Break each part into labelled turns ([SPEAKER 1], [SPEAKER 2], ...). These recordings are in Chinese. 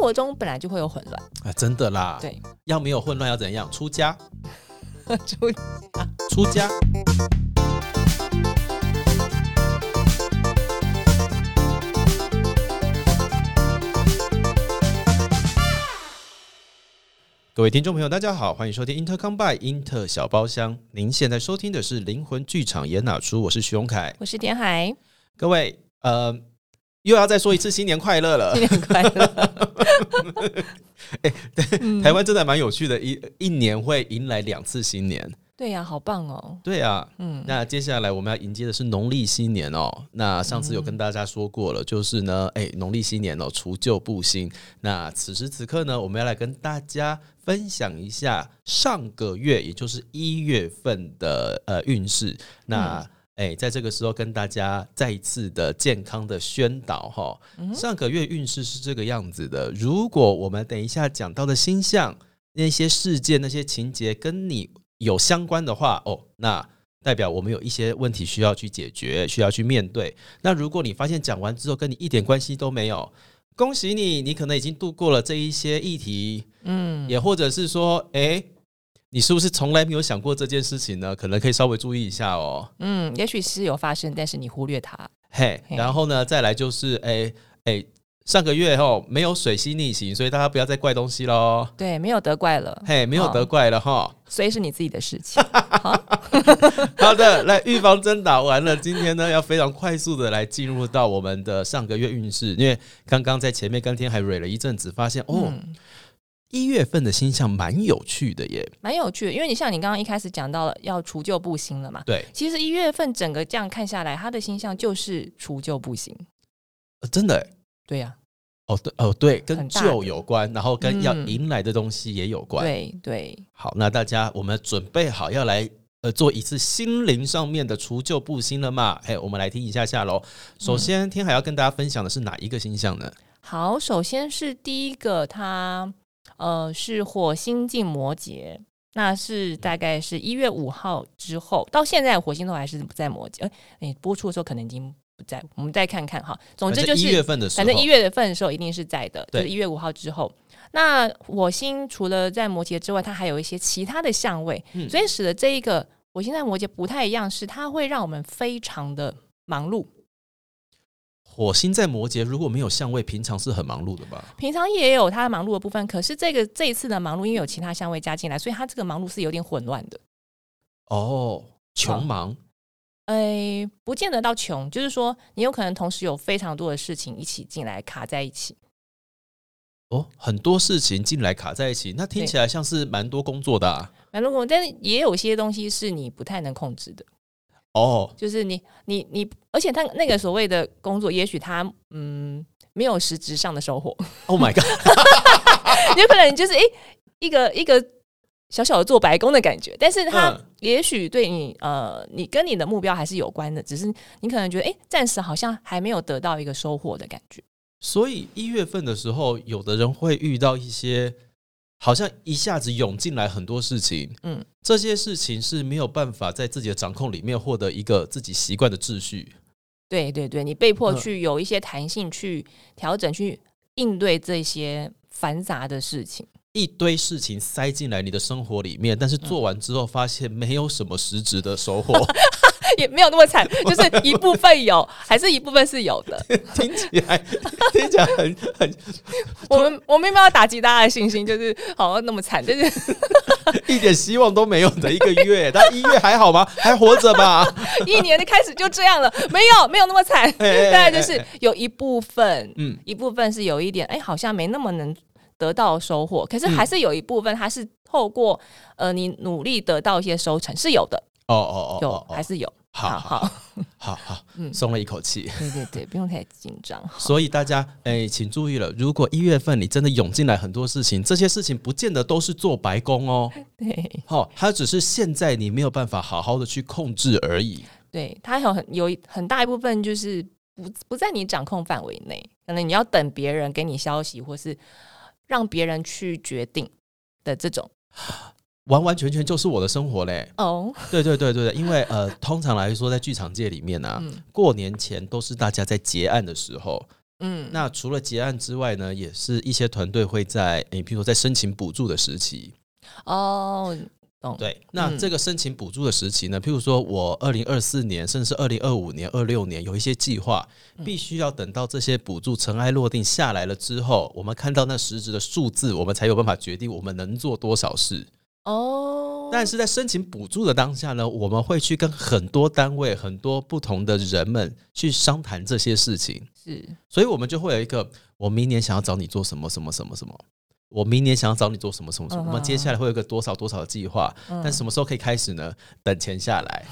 [SPEAKER 1] 活中本来就会有混乱，
[SPEAKER 2] 啊，真的啦。
[SPEAKER 1] 对，
[SPEAKER 2] 要没有混乱要怎样？出家，
[SPEAKER 1] 就
[SPEAKER 2] 出家。各位听众朋友，大家好，欢迎收听 Inter Come By Inter 小包厢。您现在收听的是灵魂剧场演哪出？我是徐荣凯。
[SPEAKER 1] 我是天 海，
[SPEAKER 2] 各位，呃，又要再说一次新年快乐了
[SPEAKER 1] 新。年快乐。嗯
[SPEAKER 2] 台湾真的蛮有趣的，一一年会迎来两次新年。
[SPEAKER 1] 对呀、好棒哦。
[SPEAKER 2] 对啊，
[SPEAKER 1] 嗯，
[SPEAKER 2] 那接下来我们要迎接的是农历新年哦。那上次有跟大家说过
[SPEAKER 1] 嗯
[SPEAKER 2] 了，就是呢，哎，农历新年哦，除旧布新。那此时此刻呢，我们要来跟大家分享一下上个月，也就是一月份的呃运势。那、
[SPEAKER 1] 嗯
[SPEAKER 2] 哎，在这个时候跟大家再一次的健康的宣导哈、
[SPEAKER 1] 嗯
[SPEAKER 2] 上个月运势是这个样子的。如果我们等一下讲到的星象、那些事件、那些情节跟你有相关的话，哦，那代表我们有一些问题需要去解决，需要去面对。那如果你发现讲完之后跟你一点关系都没有，恭喜你，你可能已经度过了这一些议题，
[SPEAKER 1] 嗯，
[SPEAKER 2] 也或者是说，哎、你是不是从来没有想过这件事情呢？可能可以稍微注意一下哦。
[SPEAKER 1] 嗯，也许是有发生，但是你忽略它。
[SPEAKER 2] 嘿，
[SPEAKER 1] 嘿
[SPEAKER 2] 然后呢，再来就是，哎、哎、上个月哦没有水星逆行，所以大家不要再怪东西喽。
[SPEAKER 1] 对，没有得怪了，
[SPEAKER 2] 嘿，没有
[SPEAKER 1] 哦
[SPEAKER 2] 得怪了哈。
[SPEAKER 1] 所以是你自己的事情。
[SPEAKER 2] 好的，来预防针打完了，今天呢要非常快速的来进入到我们的上个月运势，因为刚刚在前面跟天海蕊了一阵子，发现哦，
[SPEAKER 1] 嗯，
[SPEAKER 2] 一、月份的星象蛮有趣的耶。
[SPEAKER 1] 蛮有趣的，因为你像你刚刚一开始讲到了要除旧布新了嘛。
[SPEAKER 2] 对，
[SPEAKER 1] 其实一月份整个这样看下来，它的星象就是除旧布新。
[SPEAKER 2] 呃真的耶
[SPEAKER 1] 对呀、
[SPEAKER 2] 哦对哦对，跟
[SPEAKER 1] 很大的
[SPEAKER 2] 旧有关，然后跟
[SPEAKER 1] 嗯
[SPEAKER 2] 要迎来的东西也有关。
[SPEAKER 1] 对对，
[SPEAKER 2] 好，那大家我们准备好要来呃做一次心灵上面的除旧布新了嘛？嘿，我们来听一下下喽。首
[SPEAKER 1] 嗯
[SPEAKER 2] 先，天海要跟大家分享的是哪一个星象呢？
[SPEAKER 1] 好，首先是第一个，它呃是火星进摩羯，那
[SPEAKER 2] 嗯
[SPEAKER 1] 是大概是一月五号之后，到现在火星都还是不在摩羯。哎、哎播出的时候可能已经不在，我们再看看哈。总哦之就
[SPEAKER 2] 一月
[SPEAKER 1] 是，
[SPEAKER 2] 份的时候，
[SPEAKER 1] 反正一月份的时候一定是在的，就
[SPEAKER 2] 对
[SPEAKER 1] 是一月五号之后。那火星除了在摩羯之外，它还有一些其他的相位，
[SPEAKER 2] 嗯
[SPEAKER 1] 所以使得这一个火星在摩羯不太一样，是它会让我们非常的忙碌。
[SPEAKER 2] 火星在摩羯，如果没有相位，平常是很忙碌的吧？
[SPEAKER 1] 平常也有他忙碌的部分，可是这个这一次的忙碌，因为有其他香味加进来，所以他这个忙碌是有点混乱的。
[SPEAKER 2] 哦，穷忙，
[SPEAKER 1] 哎，不见得到穷，就是说你有可能同时有非常多的事情一起进来卡在一起。
[SPEAKER 2] 哦，很多事情进来卡在一起，那听起来像是蛮多工作的、啊。
[SPEAKER 1] 那如果但是也有些东西是你不太能控制的，
[SPEAKER 2] 哦，
[SPEAKER 1] 就是你你你，而且他那个所谓的工作，也许他嗯没有实质上的收获，
[SPEAKER 2] Oh my god！
[SPEAKER 1] 有可能就是哎一个一个小小的做白工的感觉，但是他
[SPEAKER 2] 嗯
[SPEAKER 1] 也许对你呃，你跟你的目标还是有关的，只是你可能觉得哎，暂、时好像还没有得到一个收获的感觉。
[SPEAKER 2] 所以一月份的时候，有的人会遇到一些好像一下子涌进来很多事情，
[SPEAKER 1] 嗯，
[SPEAKER 2] 这些事情是没有办法在自己的掌控里面获得一个自己习惯的秩序。
[SPEAKER 1] 对对对，你被迫
[SPEAKER 2] 嗯
[SPEAKER 1] 去有一些弹性去调整，去应对这些繁杂的事情。
[SPEAKER 2] 一堆事情塞进来你的生活里面，但是做完之后发现没有什么实质的收获，
[SPEAKER 1] 也没有那么惨，就是一部分有，还是一部分是有 的。
[SPEAKER 2] 听起来听起来很很
[SPEAKER 1] 我们我们没有要打击大家的信心，就是好像那么惨，就是
[SPEAKER 2] 一点希望都没有的一个月。但一月还好吗？还活着吧？
[SPEAKER 1] 一年的开始就这样了，没有没有那么惨，
[SPEAKER 2] 哎哎 哎
[SPEAKER 1] 大概就是有一部分，
[SPEAKER 2] 嗯
[SPEAKER 1] 嗯，一部分是有一点，哎，好像没那么能得到收获，可是
[SPEAKER 2] 嗯
[SPEAKER 1] 还是有一部分，它是透过呃你努力得到一些收成是有的，
[SPEAKER 2] 哦哦哦，
[SPEAKER 1] 有
[SPEAKER 2] 哦
[SPEAKER 1] 还是有，
[SPEAKER 2] 好
[SPEAKER 1] 好
[SPEAKER 2] 好好好，松了一口气。
[SPEAKER 1] 对对对，不用太紧张，
[SPEAKER 2] 所以大家哎、请注意了，如果一月份你真的涌进来很多事情，这些事情不见得都是做白工哦，
[SPEAKER 1] 对
[SPEAKER 2] 好、它只是现在你没有办法好好的去控制而已。
[SPEAKER 1] 对，它有很有一很大一部分就是不不在你掌控范围内，可能你要等别人给你消息，或是让别人去决定的这种
[SPEAKER 2] 完完全全就是我的生活嘞，
[SPEAKER 1] 哦，
[SPEAKER 2] 对对对对对，因为呃，通常来说，在剧场界里面呢、啊，
[SPEAKER 1] 嗯
[SPEAKER 2] 过年前都是大家在结案的时候，
[SPEAKER 1] 嗯，
[SPEAKER 2] 那除了结案之外呢，也是一些团队会在诶，譬如说在申请补助的时期，
[SPEAKER 1] 哦，
[SPEAKER 2] 对，那这个申请补助的时期呢，譬如说我二零二四年，甚至二零二五年、二六年有一些计划，必须要等到这些补助尘埃落定下来了之后，我们看到那实质的数字，我们才有办法决定我们能做多少事。
[SPEAKER 1] 哦，
[SPEAKER 2] 但是在申请补助的当下呢，我们会去跟很多单位、很多不同的人们去商谈这些事情，
[SPEAKER 1] 是
[SPEAKER 2] 所以我们就会有一个，我明年想要找你做什么什么什么什么，我明年想要找你做什么什么什么，
[SPEAKER 1] 嗯
[SPEAKER 2] 我们接下来会有一个多少多少的计划，但什么时候可以开始呢？等钱下来，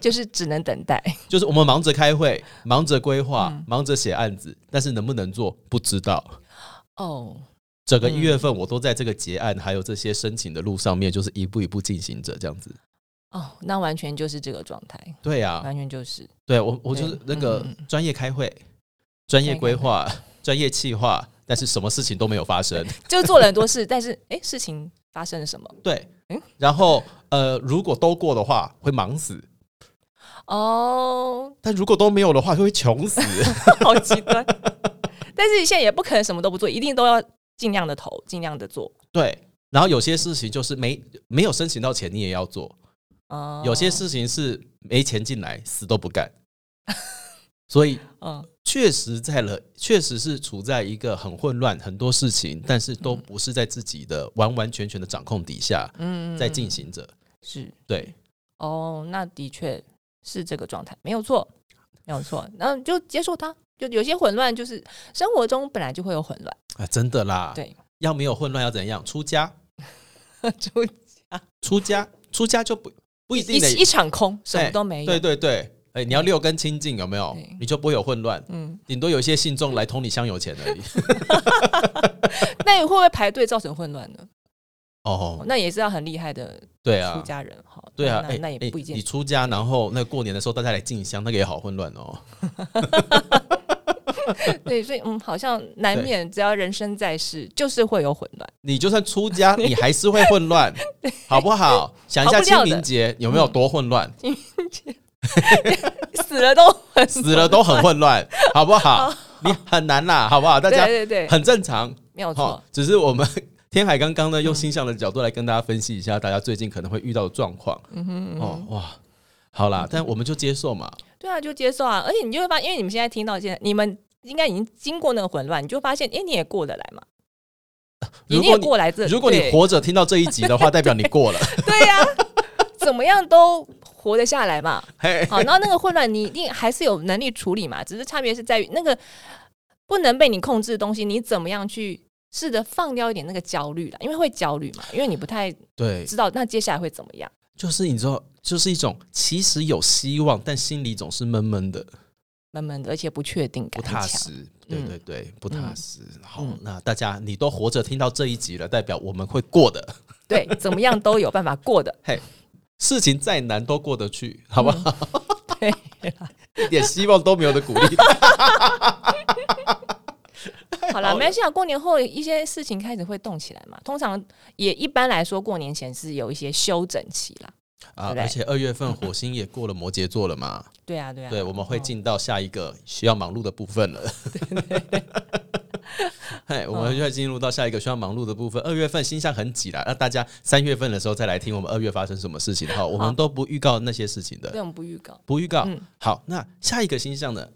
[SPEAKER 1] 就是只能等待，
[SPEAKER 2] 就是我们忙着开会，忙着规划，
[SPEAKER 1] 嗯
[SPEAKER 2] 忙着写案子，但是能不能做不知道。
[SPEAKER 1] 哦，
[SPEAKER 2] 整个
[SPEAKER 1] 嗯
[SPEAKER 2] 一月份，我都在这个结案还有这些申请的路上面，就是一步一步进行着这样子。
[SPEAKER 1] 哦，那完全就是这个状态，
[SPEAKER 2] 对啊，
[SPEAKER 1] 完全就是，
[SPEAKER 2] 对我，我就是
[SPEAKER 1] 对
[SPEAKER 2] 那个
[SPEAKER 1] 哎嗯嗯
[SPEAKER 2] 专业开会、专业规划、专业计划，但是什么事情都没有发生。
[SPEAKER 1] 就做了很多事，但是哎，事情发生了什么？
[SPEAKER 2] 对
[SPEAKER 1] 嗯，
[SPEAKER 2] 然后呃，如果都过的话，会忙死；
[SPEAKER 1] 哦，
[SPEAKER 2] 但如果都没有的话，就会穷 死。
[SPEAKER 1] 好极 端，但是现在也不可能什么都不做，一定都要尽量的投，尽量的做。
[SPEAKER 2] 对，然后有些事情就是没没有申请到钱，你也要做；
[SPEAKER 1] 哦，
[SPEAKER 2] 有些，事情是没钱进来，死都不干。 所以
[SPEAKER 1] 嗯，
[SPEAKER 2] 确实在了，确实是处在一个很混乱，很多事情，但是都不是在自己的完完全全的掌控底下
[SPEAKER 1] 嗯
[SPEAKER 2] 在进行着。
[SPEAKER 1] 是
[SPEAKER 2] 对。
[SPEAKER 1] 哦，那的确是这个状态，没有错，没有错。那就接受它，就有些混乱，就是生活中本来就会有混乱。
[SPEAKER 2] 啊，真的啦，
[SPEAKER 1] 对，
[SPEAKER 2] 要没有混乱要怎样？出家，
[SPEAKER 1] 就
[SPEAKER 2] 出家，出家就不不一
[SPEAKER 1] 一
[SPEAKER 2] 定得
[SPEAKER 1] 一一场空，什么
[SPEAKER 2] 对
[SPEAKER 1] 都没有。
[SPEAKER 2] 对对对，哎、你要六根清净有没有
[SPEAKER 1] 对？
[SPEAKER 2] 你就不会有混乱，
[SPEAKER 1] 嗯，
[SPEAKER 2] 顶多有一些信众来偷你香油钱 而已。
[SPEAKER 1] 那你会不会排队造成混乱呢？
[SPEAKER 2] 哦，
[SPEAKER 1] 那也是要很厉害的
[SPEAKER 2] 对
[SPEAKER 1] 出
[SPEAKER 2] 啊，
[SPEAKER 1] 家人哈。
[SPEAKER 2] 对啊，
[SPEAKER 1] 那
[SPEAKER 2] 哎、
[SPEAKER 1] 那也
[SPEAKER 2] 哎
[SPEAKER 1] 不一定
[SPEAKER 2] 你。出家，然后那过年的时候大家来进香，那个也好混乱哦。
[SPEAKER 1] 对，所以嗯，好像难
[SPEAKER 2] 对
[SPEAKER 1] 免只要人生在世，就是会有混乱。
[SPEAKER 2] 你就算出家，你还是会混乱， 好不好？想一下
[SPEAKER 1] 逃不掉
[SPEAKER 2] 清
[SPEAKER 1] 的
[SPEAKER 2] 明节有没有多混乱？
[SPEAKER 1] 死了都很
[SPEAKER 2] 死了都很混 乱，好不好？你很难啦，好不好？大家
[SPEAKER 1] 哦对对对，
[SPEAKER 2] 很哦正常，
[SPEAKER 1] 没有
[SPEAKER 2] 好
[SPEAKER 1] 错，，嗯
[SPEAKER 2] 只是我们 天海刚刚呢，用星象的角度来跟大家分析一下大家最近可能会遇到的状况。嗯哼哦，哇，好
[SPEAKER 1] 嗯
[SPEAKER 2] 啦，但我们就接受嘛。
[SPEAKER 1] 对啊，就接受啊。而且你就会发现，因为你们现在听到现在，你们应该已经经过那个混乱，你就发现，哎、你也过得来嘛，你
[SPEAKER 2] 如
[SPEAKER 1] 也
[SPEAKER 2] 果你
[SPEAKER 1] 过来这，
[SPEAKER 2] 如果你
[SPEAKER 1] 对
[SPEAKER 2] 活着听到这一集的 话，代表你过了。
[SPEAKER 1] 对呀、怎么样都活得下来嘛。
[SPEAKER 2] 嘿，
[SPEAKER 1] 好，那那个混乱你一定还是有能力处理嘛，只是差别是在于那个不能被你控制的东西，你怎么样去试着放掉一点那个焦虑啦，因为会焦虑嘛，因为你不太
[SPEAKER 2] 对，
[SPEAKER 1] 知道那接下来会怎么样。
[SPEAKER 2] 就是你知道，就是一种其实有希望，但心里总是闷闷的，
[SPEAKER 1] 慢慢的，而且不确定
[SPEAKER 2] 不
[SPEAKER 1] 感
[SPEAKER 2] 踏
[SPEAKER 1] 很强。
[SPEAKER 2] 实。对
[SPEAKER 1] 嗯
[SPEAKER 2] 对对，不踏实。好
[SPEAKER 1] 嗯，
[SPEAKER 2] 那大家你都活着听到这一集了，代表我们会过的。
[SPEAKER 1] 对，怎么样都有办法 过的。
[SPEAKER 2] 事情再难都过得去，好不
[SPEAKER 1] 嗯
[SPEAKER 2] 好？
[SPEAKER 1] 对，
[SPEAKER 2] 一点希望都没有的鼓 励。
[SPEAKER 1] 好了，
[SPEAKER 2] 好
[SPEAKER 1] 没关系啊。过年后一些事情开始会动起来嘛。通常也一般来说，过年前是有一些休整期啦。
[SPEAKER 2] 啊，
[SPEAKER 1] 对不对
[SPEAKER 2] 而且二月份火星也过了摩羯座了嘛，
[SPEAKER 1] 对啊，对啊。
[SPEAKER 2] 对，我们会
[SPEAKER 1] 哦
[SPEAKER 2] 进到下一个需要忙碌的部分了。 嘿，我
[SPEAKER 1] 嗯
[SPEAKER 2] 们就会进入到下一个需要忙碌的部分。二月份星象很挤啦，那大家三月份的时候再来听我们二月发生什么事情哈，我
[SPEAKER 1] 好
[SPEAKER 2] 们都不预告那些事情的，
[SPEAKER 1] 对，我们不预告。
[SPEAKER 2] 不预告
[SPEAKER 1] 嗯。
[SPEAKER 2] 好，那下一个星象呢？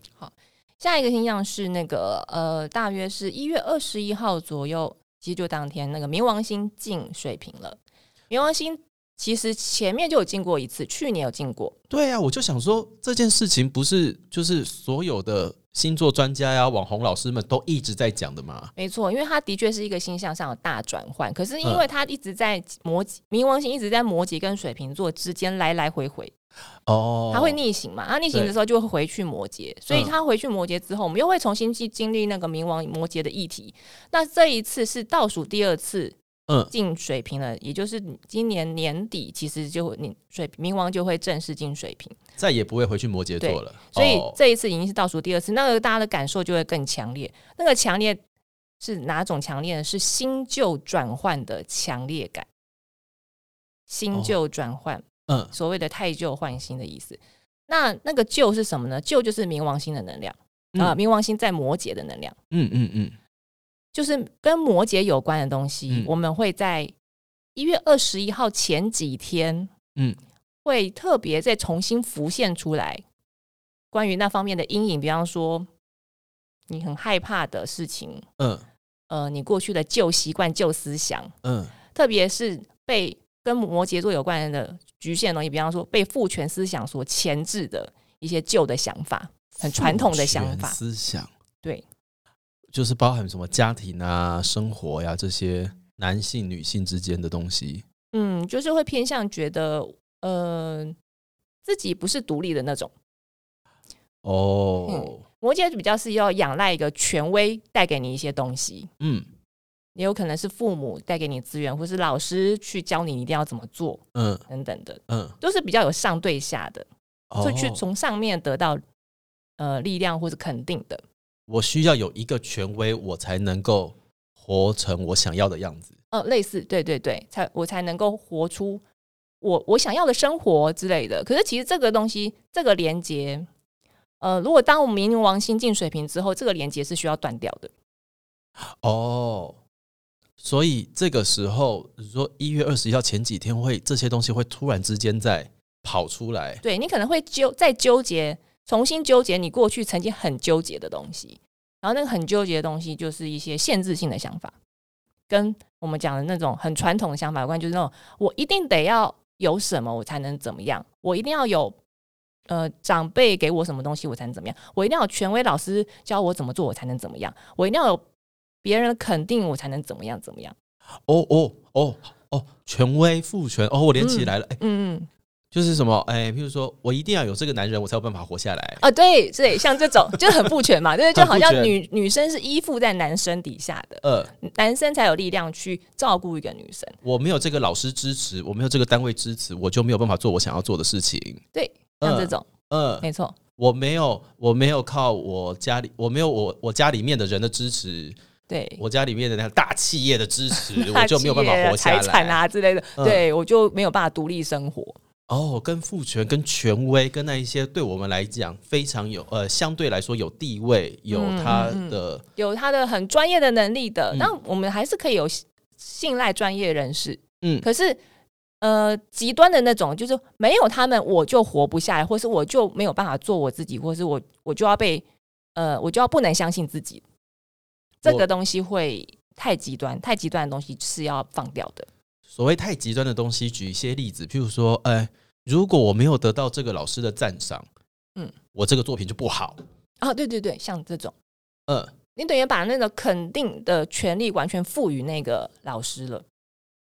[SPEAKER 1] 下一个星象是那个呃，大约是一月二十一号左右，其实就当天那个冥王星进水瓶了。冥王星其实前面就有进过一次，去年有进过。
[SPEAKER 2] 对啊，我就想说这件事情不是就是所有的星座专家呀、网红老师们都一直在讲的嘛？
[SPEAKER 1] 没错，因为它的确是一个星象上的大转换，可是因
[SPEAKER 2] 嗯
[SPEAKER 1] 为它一直在摩羯、冥王星一直在摩羯跟水瓶座之间来来回回，
[SPEAKER 2] 哦，嗯
[SPEAKER 1] 它会逆行嘛？它逆行的时候就会回去摩羯，所以它回去摩羯之后，我们又会重新去经历那个冥王摩羯的议题。那这一次是倒数第二次
[SPEAKER 2] 嗯
[SPEAKER 1] 进水瓶了，也就是今年年底，其实就会你水冥王就会正式进水瓶，
[SPEAKER 2] 再也不会回去摩羯座
[SPEAKER 1] 对
[SPEAKER 2] 了。
[SPEAKER 1] 所以
[SPEAKER 2] 哦
[SPEAKER 1] 这一次已经是倒数第二次，那个大家的感受就会更强烈。那个强烈是哪种强烈呢？是新旧转换的强烈感，新
[SPEAKER 2] 哦
[SPEAKER 1] 旧转换。
[SPEAKER 2] 嗯，
[SPEAKER 1] 所谓的太旧换新的意思。那那个旧是什么呢？旧就是冥王星的能量，啊、呃，冥王星在摩羯的能量，
[SPEAKER 2] 嗯嗯嗯，
[SPEAKER 1] 就是跟摩羯有关的东西，
[SPEAKER 2] 嗯
[SPEAKER 1] 我们会在一月二十一号前几天，
[SPEAKER 2] 嗯，
[SPEAKER 1] 会特别再重新浮现出来关于那方面的阴影，比方说你很害怕的事情，
[SPEAKER 2] 嗯
[SPEAKER 1] 呃，你过去的旧习惯、旧思想，
[SPEAKER 2] 嗯
[SPEAKER 1] 特别是被跟摩羯座有关的局限的东西，比方说被父权思想所钳制的一些旧的想法，很传统的想
[SPEAKER 2] 父权
[SPEAKER 1] 法，
[SPEAKER 2] 思想
[SPEAKER 1] 对，
[SPEAKER 2] 就是包含什么家庭啊、生活呀、这些男性、女性之间的东西。
[SPEAKER 1] 嗯，就是会偏向觉得，呃，自己不是独立的那种。
[SPEAKER 2] 哦，
[SPEAKER 1] 摩羯比较是要仰赖一个权威带给你一些东西，
[SPEAKER 2] 嗯
[SPEAKER 1] 也有可能是父母带给你资源，或是老师去教你一定要怎么做
[SPEAKER 2] 嗯
[SPEAKER 1] 等等的，
[SPEAKER 2] 嗯，
[SPEAKER 1] 都是比较有上对下的，
[SPEAKER 2] 哦
[SPEAKER 1] 就去从上面得到呃力量或者肯定的。
[SPEAKER 2] 我需要有一个权威，我才能够活成我想要的样子。
[SPEAKER 1] 呃，类似，对对对，才我才能够活出我我想要的生活之类的。可是其实这个东西，这个连接，呃，如果当我们冥王星进水瓶之后，这个连接是需要断掉的。
[SPEAKER 2] 哦，所以这个时候，你说一月二十一号前几天会这些东西会突然之间在跑出来。
[SPEAKER 1] 对你可能会纠再纠结，重新纠结你过去曾经很纠结的东西，然后那个很纠结的东西就是一些限制性的想法，跟我们讲的那种很传统的想法有关，就是那种我一定得要有什么我才能怎么样，我一定要有。呃，长辈给我什么东西我才能怎么样？我一定要有权威老师教我怎么做，我才能怎么样？我一定要有别人的肯定，我才能怎么样怎么样？
[SPEAKER 2] 哦哦哦哦，权威父权哦，我连起来了。哎、
[SPEAKER 1] 嗯嗯，
[SPEAKER 2] 就是什么？哎、譬如说我一定要有这个男人，我才有办法活下来。
[SPEAKER 1] 啊，对对，像这种就很不全嘛，对，就
[SPEAKER 2] 很
[SPEAKER 1] 好
[SPEAKER 2] 父
[SPEAKER 1] 像
[SPEAKER 2] 权
[SPEAKER 1] 女女生是依附在男生底下的，
[SPEAKER 2] 呃，
[SPEAKER 1] 男生才有力量去照顾一个女生。
[SPEAKER 2] 我没有这个老师支持，我没有这个单位支持，我就没有办法做我想要做的事情。
[SPEAKER 1] 对，像
[SPEAKER 2] 嗯
[SPEAKER 1] 这种，
[SPEAKER 2] 呃，
[SPEAKER 1] 没错，
[SPEAKER 2] 我没有，我没有靠我家里，我没有我我家里面的人的支持，
[SPEAKER 1] 对，
[SPEAKER 2] 我家里面的那大企业的支 持，
[SPEAKER 1] 大
[SPEAKER 2] 我就没有办
[SPEAKER 1] 企业
[SPEAKER 2] 法
[SPEAKER 1] 啊
[SPEAKER 2] 活下
[SPEAKER 1] 财产
[SPEAKER 2] 来。
[SPEAKER 1] 啊之类的，
[SPEAKER 2] 嗯
[SPEAKER 1] 对我就没有办法独立生活。
[SPEAKER 2] 哦，跟父权、跟权威、跟那一些对我们来讲非常有呃，相对来说有地位、有
[SPEAKER 1] 嗯
[SPEAKER 2] 他
[SPEAKER 1] 嗯嗯
[SPEAKER 2] 的
[SPEAKER 1] 有他的很专业的能力的，
[SPEAKER 2] 嗯
[SPEAKER 1] 那我们还是可以有信信赖专业人士。
[SPEAKER 2] 嗯
[SPEAKER 1] 可是呃，极端的那种，就是没有他们我就活不下来，或是我就没有办法做我自己，或是我我就要被呃，我就要不能相信自己，这
[SPEAKER 2] 我
[SPEAKER 1] 个东西会太极端，太极端的东西是要放掉的。
[SPEAKER 2] 所谓太极端的东西，举一些例子，譬如说，哎、如果我没有得到这个老师的赞赏，
[SPEAKER 1] 嗯
[SPEAKER 2] 嗯，我这个作品就不好，
[SPEAKER 1] 啊，对对对，像这种，
[SPEAKER 2] 嗯，
[SPEAKER 1] 你等于把那个肯定的权利完全赋予那个老师了，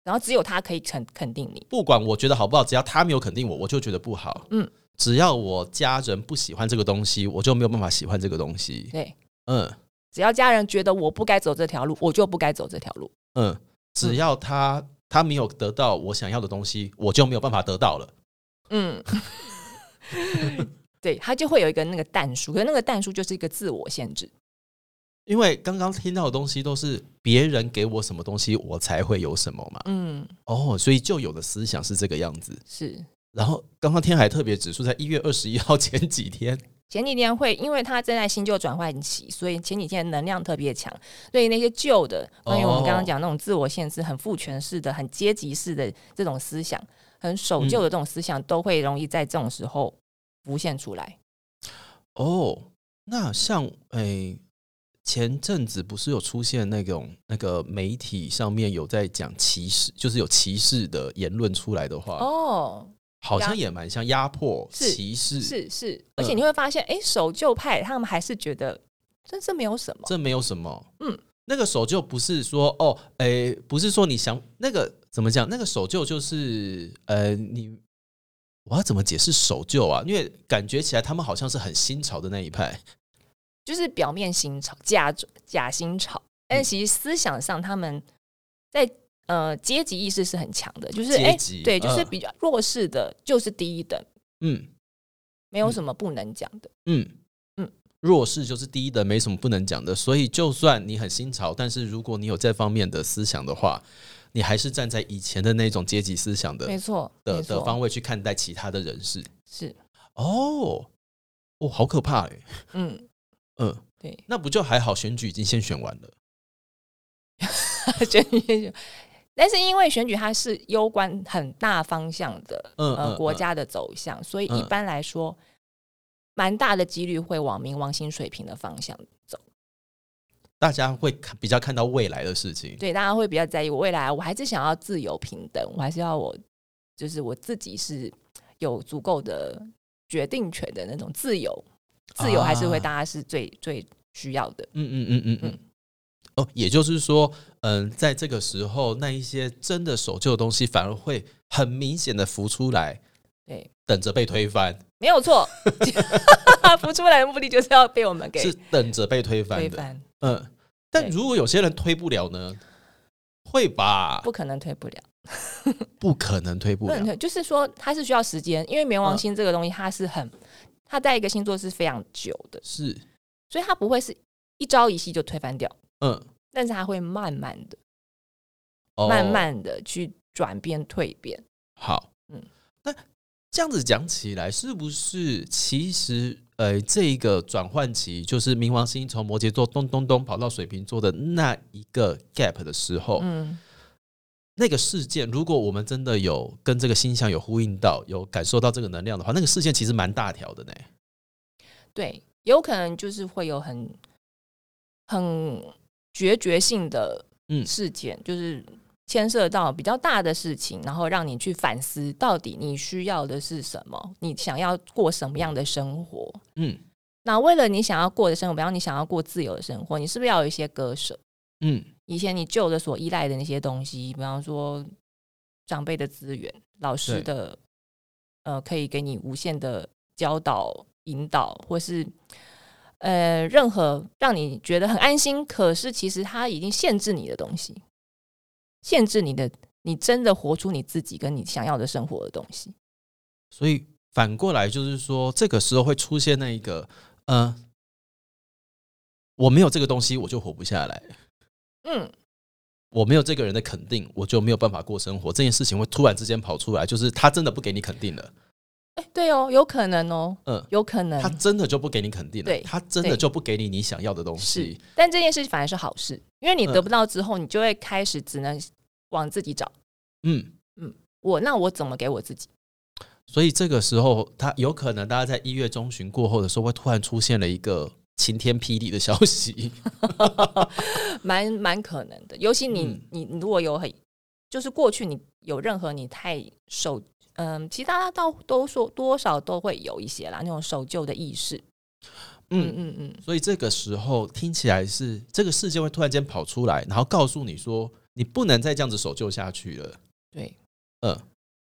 [SPEAKER 1] 然后只有他可以肯肯定你。
[SPEAKER 2] 不管我觉得好不好，只要他没有肯定我，我就觉得不好，
[SPEAKER 1] 嗯
[SPEAKER 2] 嗯，只要我家人不喜欢这个东西，我就没有办法喜欢这个东西，
[SPEAKER 1] 对，
[SPEAKER 2] 嗯
[SPEAKER 1] 只要家人觉得我不该走这条路，我就不该走这条路。
[SPEAKER 2] 嗯，只要他他没有得到我想要的东西，我就没有办法得到了，
[SPEAKER 1] 嗯， 对，他就会有一个那个淡书，可是那个淡书就是一个自我限制。
[SPEAKER 2] 因为刚刚听到的东西都是别人给我什么东西，我才会有什么嘛，
[SPEAKER 1] 嗯，
[SPEAKER 2] 哦，所以旧有的思想是这个样子，
[SPEAKER 1] 是
[SPEAKER 2] 然后刚刚天海特别指出，在一月二十一号前几天，
[SPEAKER 1] 前几天会，因为他正在新旧转换期，所以前几天能量特别强，所以那些旧的，关于我们刚刚讲那种自我限制、很父权式的、很阶级式的这种思想、很守旧的这种思想，都会容易在这种时候浮现出来。
[SPEAKER 2] 哦，那像诶、前阵子不是有出现那种那个媒体上面有在讲歧视，就是有歧视的言论出来的话，
[SPEAKER 1] 哦，
[SPEAKER 2] 好
[SPEAKER 1] 压
[SPEAKER 2] 像也蛮像压迫、
[SPEAKER 1] 是
[SPEAKER 2] 歧视，
[SPEAKER 1] 是
[SPEAKER 2] 嗯
[SPEAKER 1] 是，而且你会发现，哎、守旧派他们还是觉得真是没有什么。
[SPEAKER 2] 这没有什么。
[SPEAKER 1] 嗯，
[SPEAKER 2] 那个守旧不是说哦，诶、不是说你想那个怎么讲？那个守旧就是呃，你我要怎么解释守旧啊？因为感觉起来他们好像是很新潮的那一派。
[SPEAKER 1] 就是表面新潮、假假新潮，
[SPEAKER 2] 嗯
[SPEAKER 1] 但其实思想上他们在呃阶级意识是很强的，就是
[SPEAKER 2] 阶
[SPEAKER 1] 哎、
[SPEAKER 2] 级
[SPEAKER 1] 对，就是
[SPEAKER 2] 嗯
[SPEAKER 1] 比较弱势的，就是低一等，
[SPEAKER 2] 嗯
[SPEAKER 1] 没有什么不能讲的。
[SPEAKER 2] 嗯
[SPEAKER 1] 嗯
[SPEAKER 2] 嗯，弱势就是第一的，没什么不能讲的。所以就算你很新潮，但是如果你有这方面的思想的话，你还是站在以前的那种阶级思想
[SPEAKER 1] 没
[SPEAKER 2] 的
[SPEAKER 1] 错，
[SPEAKER 2] 嗯
[SPEAKER 1] 没
[SPEAKER 2] 的的
[SPEAKER 1] 错，嗯
[SPEAKER 2] 方位去看待其他的人士。
[SPEAKER 1] 是
[SPEAKER 2] 哦，哦，好可怕哎、
[SPEAKER 1] 嗯，
[SPEAKER 2] 嗯，
[SPEAKER 1] 对，
[SPEAKER 2] 那不就还好？选举已经先选完了，
[SPEAKER 1] 选举，但是因为选举它是攸关很大方向的，
[SPEAKER 2] 嗯
[SPEAKER 1] 呃，
[SPEAKER 2] 嗯
[SPEAKER 1] 国
[SPEAKER 2] 嗯
[SPEAKER 1] 家的走向，所以一
[SPEAKER 2] 嗯
[SPEAKER 1] 般来说，蛮大的几率会往冥王星水平的方向走。
[SPEAKER 2] 大家会看比较看到未来的事情。
[SPEAKER 1] 对，大家会比较在意我未来，我还是想要自由平等，我还是要我就是我自己是有足够的决定权的那种自由，自由还是会
[SPEAKER 2] 啊
[SPEAKER 1] 大家是最、最需要的。
[SPEAKER 2] 嗯嗯嗯嗯嗯
[SPEAKER 1] 嗯。
[SPEAKER 2] 哦，也就是说，嗯，在这个时候，那一些真的守旧的东西反而会很明显的浮出来，
[SPEAKER 1] 对，
[SPEAKER 2] 等着被推翻，
[SPEAKER 1] 没有错， 浮出来的目的就是要被我们给
[SPEAKER 2] 是等着被推翻
[SPEAKER 1] 推
[SPEAKER 2] 的。
[SPEAKER 1] 翻，
[SPEAKER 2] 嗯，但
[SPEAKER 1] 对
[SPEAKER 2] 如果有些人推不了呢？会吧？
[SPEAKER 1] 不可能推不了。
[SPEAKER 2] 不可能推不
[SPEAKER 1] 不能
[SPEAKER 2] 了。
[SPEAKER 1] 推，就是说它是需要时间，因为冥王
[SPEAKER 2] 嗯
[SPEAKER 1] 星这个东西它是很，它在一个星座是非常久的，
[SPEAKER 2] 是，
[SPEAKER 1] 所以它不会是一朝一夕就推翻掉，
[SPEAKER 2] 嗯，
[SPEAKER 1] 但是它会慢慢的、
[SPEAKER 2] 哦
[SPEAKER 1] 慢慢的去转变、蜕变。
[SPEAKER 2] 好，嗯
[SPEAKER 1] 嗯，
[SPEAKER 2] 那这样子讲起来，是不是其实呃，这一个转换期，就是冥王星从摩羯座咚咚咚跑到水瓶座的那一个 gap 的时候，
[SPEAKER 1] 嗯，
[SPEAKER 2] 那个事件，如果我们真的有跟这个星象有呼应到，有感受到这个能量的话，那个事件其实蛮大条的呢。
[SPEAKER 1] 对，有可能就是会有很很决绝性的
[SPEAKER 2] 嗯
[SPEAKER 1] 事件，就是牵涉到比较大的事情，然后让你去反思到底你需要的是什么，你想要过什么样的生活。
[SPEAKER 2] 嗯
[SPEAKER 1] 那为了你想要过的生活，比方你想要过自由的生活，你是不是要有一些割舍？
[SPEAKER 2] 嗯
[SPEAKER 1] 以前你旧的所依赖的那些东西，比方说长辈的资源、老师的，呃，可以给你无限的教导、引导，或是呃，任何让你觉得很安心，可是其实它已经限制你的东西，限制你的，你真的活出你自己跟你想要的生活的东西。
[SPEAKER 2] 所以反过来就是说，这个时候会出现那一个，呃，我没有这个东西，我就活不下来；
[SPEAKER 1] 嗯，
[SPEAKER 2] 我没有这个人的肯定，我就没有办法过生活。这件事情会突然之间跑出来，就是他真的不给你肯定了，
[SPEAKER 1] 哎、对哦，有可能哦，
[SPEAKER 2] 嗯，
[SPEAKER 1] 有可能
[SPEAKER 2] 他真的就不给你肯定了
[SPEAKER 1] 对，
[SPEAKER 2] 他真的
[SPEAKER 1] 对
[SPEAKER 2] 就不给你你想要的东
[SPEAKER 1] 是
[SPEAKER 2] 西。，
[SPEAKER 1] 但这件事反而是好事，因为你
[SPEAKER 2] 嗯
[SPEAKER 1] 得不到之后，你就会开始只能往自己找。
[SPEAKER 2] 嗯，
[SPEAKER 1] 我那我怎么给我自己？
[SPEAKER 2] 所以这个时候，他有可能大家在一月中旬过后的时候，会突然出现了一个晴天霹雳的消息。
[SPEAKER 1] 蛮蛮可能的，尤其你、
[SPEAKER 2] 嗯
[SPEAKER 1] 你你如果有很，就是过去你有任何你太守，嗯，其实大家到都说多少都会有一些啦，那种守旧的意识。嗯
[SPEAKER 2] 嗯，
[SPEAKER 1] 嗯嗯，
[SPEAKER 2] 所以这个时候听起来是这个事件会突然间跑出来，然后告诉你说你不能再这样子守旧下去了。
[SPEAKER 1] 对，
[SPEAKER 2] 嗯，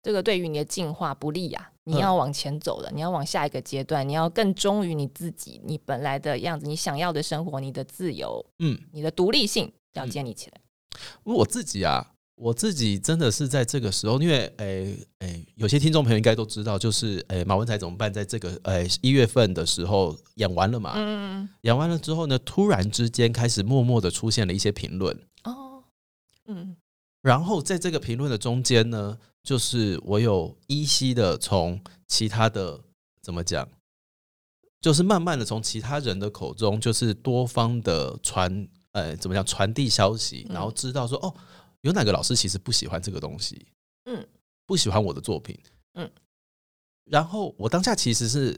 [SPEAKER 1] 这个对于你的进化不利呀、
[SPEAKER 2] 嗯
[SPEAKER 1] 你要往前走了，你要往下一个阶段，你要更忠于你自己，你本来的样子，你想要的生活，你的自由，
[SPEAKER 2] 嗯，
[SPEAKER 1] 你的独立性要
[SPEAKER 2] 嗯
[SPEAKER 1] 建立起来。
[SPEAKER 2] 我自己啊，我自己真的是在这个时候，因为诶诶、有些听众朋友应该都知道，就是诶、马文才怎么办，在这个诶一、月份的时候演完了嘛，
[SPEAKER 1] 嗯嗯嗯。
[SPEAKER 2] 演完了之后呢，突然之间开始默默的出现了一些评论。
[SPEAKER 1] 哦，嗯，
[SPEAKER 2] 然后在这个评论的中间呢，就是我有依稀的从其他的怎么讲，就是慢慢的从其他人的口中，就是多方的传，呃，怎么讲传递消息，
[SPEAKER 1] 嗯
[SPEAKER 2] 然后知道说，哦，有哪个老师其实不喜欢这个东西，
[SPEAKER 1] 嗯，
[SPEAKER 2] 不喜欢我的作品，
[SPEAKER 1] 嗯，
[SPEAKER 2] 然后我当下其实是。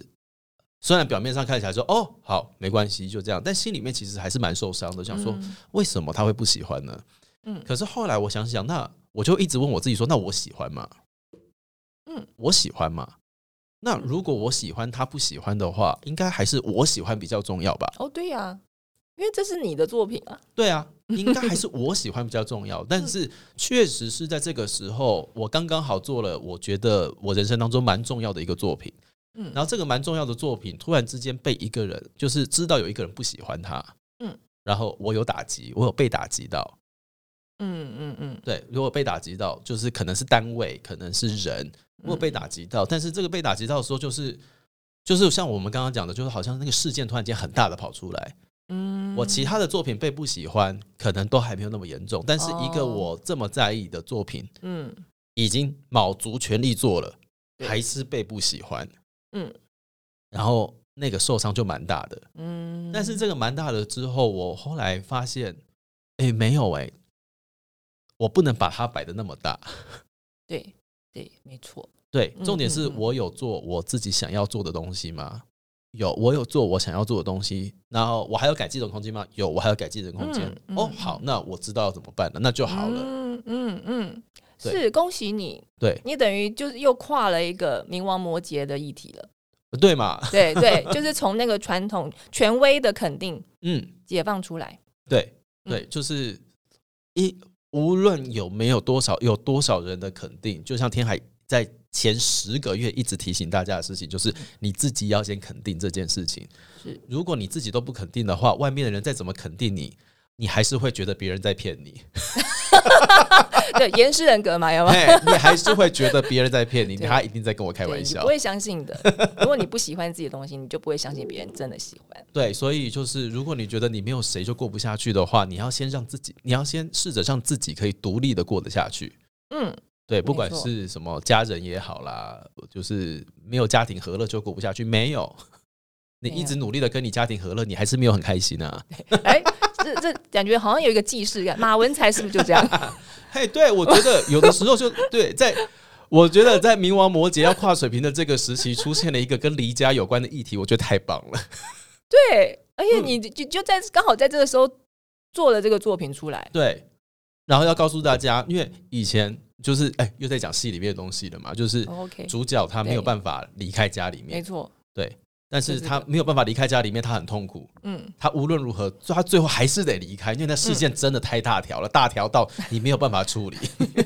[SPEAKER 2] 虽然表面上看起来说哦好没关系就这样，但心里面其实还是蛮受伤的，想说、为什么他会不喜欢呢？
[SPEAKER 1] 嗯
[SPEAKER 2] 可是后来我想想，那我就一直问我自己说，那我喜欢吗？
[SPEAKER 1] 嗯，
[SPEAKER 2] 我喜欢吗？那如果我喜欢他不喜欢的话，应该还是我喜欢比较重要吧？
[SPEAKER 1] 哦，对呀、因为这是你的作品啊，
[SPEAKER 2] 对啊，应该还是我喜欢比较重 要。但是确实是在这个时候，我刚刚好做了我觉得我人生当中蛮重要的一个作品。
[SPEAKER 1] 嗯
[SPEAKER 2] 然后这个蛮重要的作品，突然之间被一个人，就是知道有一个人不喜欢他，
[SPEAKER 1] 嗯，
[SPEAKER 2] 然后我有打击，我有被打击到，
[SPEAKER 1] 嗯嗯嗯，
[SPEAKER 2] 对，如果被打击到，就是可能是单位，可能是人，如果
[SPEAKER 1] 嗯
[SPEAKER 2] 被打击到，但是这个被打击到的时候，就是就是像我们刚刚讲的，就是好像那个事件突然间很大的跑出来。
[SPEAKER 1] 嗯，
[SPEAKER 2] 我其他的作品被不喜欢，可能都还没有那么严重，但是一个
[SPEAKER 1] 哦
[SPEAKER 2] 我这么在意的作品，
[SPEAKER 1] 嗯
[SPEAKER 2] 已经卯足全力做了，
[SPEAKER 1] 对
[SPEAKER 2] 还是被不喜欢。
[SPEAKER 1] 嗯，
[SPEAKER 2] 然后那个受伤就蛮大的。
[SPEAKER 1] 嗯，
[SPEAKER 2] 但是这个蛮大的之后，我后来发现，哎、没有哎、我不能把它摆的那么大。
[SPEAKER 1] 对对，没错，
[SPEAKER 2] 对，
[SPEAKER 1] 嗯
[SPEAKER 2] 重点是
[SPEAKER 1] 嗯嗯
[SPEAKER 2] 我有做我自己想要做的东西吗？有，我有做我想要做的东西，然后我还有改进的空间吗？有，我还有改进的空间。
[SPEAKER 1] 嗯嗯
[SPEAKER 2] 哦，好，那我知道要怎么办了，那就好了。
[SPEAKER 1] 嗯嗯嗯，
[SPEAKER 2] 对
[SPEAKER 1] 是恭喜你，
[SPEAKER 2] 对，
[SPEAKER 1] 你等于就是又跨了一个冥王摩羯的议题 了。
[SPEAKER 2] 对嘛？
[SPEAKER 1] 对对，就是从那个传统权威的肯定
[SPEAKER 2] 嗯，
[SPEAKER 1] 解放出来。
[SPEAKER 2] 对
[SPEAKER 1] 嗯
[SPEAKER 2] 对，就是一无论有没有多少有多少人的肯定，就像天海在前十个月一直提醒大家的事情，就是你自己要先肯定这件事情。
[SPEAKER 1] 是，
[SPEAKER 2] 如果你自己都不肯定的话，外面的人再怎么肯定你，你还是会觉得别人在骗你，
[SPEAKER 1] 对，严师人格嘛，有吗？
[SPEAKER 2] 哎，你还是会觉得别人在骗你，
[SPEAKER 1] 对
[SPEAKER 2] 他一定在跟我开
[SPEAKER 1] 对，
[SPEAKER 2] 玩
[SPEAKER 1] 你
[SPEAKER 2] 笑
[SPEAKER 1] 不。会相信的。如果你不喜欢自己的东西，你就不会相信别人真的喜欢。
[SPEAKER 2] 对，所以就是，如果你觉得你没有谁就过不下去的话，你要先让自己，你要先试着让自己可以独立的过得下去。
[SPEAKER 1] 嗯，
[SPEAKER 2] 对，不
[SPEAKER 1] 没
[SPEAKER 2] 管
[SPEAKER 1] 错
[SPEAKER 2] 是什么家人也好啦，就是没有家庭和乐就过不下去。没有，你
[SPEAKER 1] 没有
[SPEAKER 2] 一直努力的跟你家庭和乐，你还是没有很开心 啊。
[SPEAKER 1] 哎，这这感觉好像有一个既视感。马文才是不是就这样？
[SPEAKER 2] 嘿，对我觉得有的时候就 对，在我觉得在冥王摩羯要跨水平的这个时期，出现了一个跟离家有关的议题，我觉得太棒了。
[SPEAKER 1] 对，而且你就就在刚好在这个时候做了这个作品出来。
[SPEAKER 2] 对，然后要告诉大家，因为以前就是哎，又在讲戏里面的东西了嘛，就是。
[SPEAKER 1] 哦 OK，
[SPEAKER 2] 主角他没有
[SPEAKER 1] 对
[SPEAKER 2] 办法离开家里
[SPEAKER 1] 没
[SPEAKER 2] 面，
[SPEAKER 1] 错，
[SPEAKER 2] 但
[SPEAKER 1] 就是是
[SPEAKER 2] 他
[SPEAKER 1] 的
[SPEAKER 2] 没有办法离开家里面，他很痛苦。
[SPEAKER 1] 嗯，
[SPEAKER 2] 他无论如何，他最后还是得离开，因为那事件真的太大条
[SPEAKER 1] 嗯
[SPEAKER 2] 了，大条到你没有办法处 理。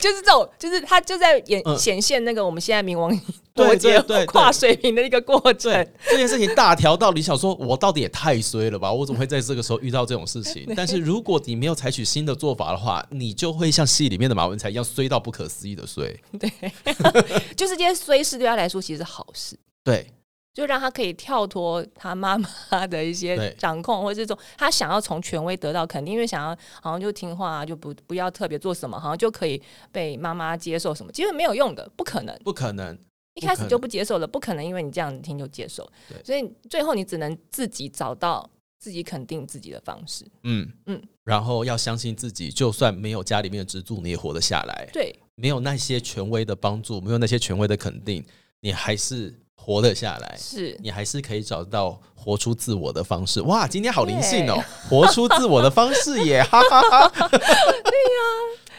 [SPEAKER 1] 就是这种，就是他就在演
[SPEAKER 2] 嗯
[SPEAKER 1] 显现那个我们现在冥王
[SPEAKER 2] 对 对
[SPEAKER 1] 摩
[SPEAKER 2] 对对
[SPEAKER 1] 羯跨水平的一个过程。
[SPEAKER 2] 对，这件事情大条到你想说，我到底也太衰了吧？我怎么会在这个时候遇到这种事 情？但是如果你没有采取新的做法的话，你就会像戏里面的马文才一样衰到不可思议的衰。
[SPEAKER 1] 就是这些衰事对他来说其实是好事，
[SPEAKER 2] 对
[SPEAKER 1] 就让他可以跳脱他妈妈的一
[SPEAKER 2] 对
[SPEAKER 1] 些掌控，或者这种他想要从权威得到肯定，因为想要好像就听话、啊，就不不要特别做什么，好像就可以被妈妈接受什么，其实没有用的，不可能。
[SPEAKER 2] 不可能。
[SPEAKER 1] 一
[SPEAKER 2] 不
[SPEAKER 1] 开
[SPEAKER 2] 可
[SPEAKER 1] 始
[SPEAKER 2] 能
[SPEAKER 1] 就不接受了，不可能，因为你这样听就接受，
[SPEAKER 2] 对
[SPEAKER 1] 所以最后你只能自己找到自己肯定自己的方式。
[SPEAKER 2] 嗯嗯
[SPEAKER 1] 嗯，
[SPEAKER 2] 然后要相信自己，就算没有家里面的支柱，你也活得下来。
[SPEAKER 1] 对，
[SPEAKER 2] 没有那些权威的帮助，没有那些权威的肯定，你还是活得下来。
[SPEAKER 1] 是
[SPEAKER 2] 你还是可以找到活出自我的方式。哇，今天好灵性哦，活出自我的方式耶，哈哈哈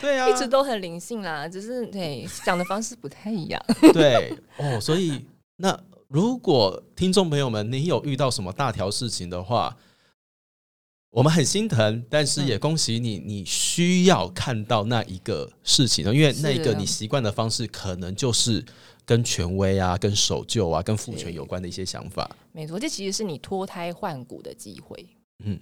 [SPEAKER 2] 对啊呀、
[SPEAKER 1] 一
[SPEAKER 2] 对
[SPEAKER 1] 直
[SPEAKER 2] 呀、
[SPEAKER 1] 都很灵性啦，只是对讲的方式不太一样。
[SPEAKER 2] 对哦，所以那如果听众朋友们，你有遇到什么大条事情的话，我们很心疼，但
[SPEAKER 1] 嗯
[SPEAKER 2] 是也恭喜你，你需要看到那一个事情哦呢，因为
[SPEAKER 1] 是
[SPEAKER 2] 那一个
[SPEAKER 1] 啊
[SPEAKER 2] 你习惯的方式，可能就是跟权威啊、跟守旧啊、跟父权
[SPEAKER 1] 对
[SPEAKER 2] 有关的一些想法。
[SPEAKER 1] 没错，这其实是你脱胎换骨的机会，
[SPEAKER 2] 嗯，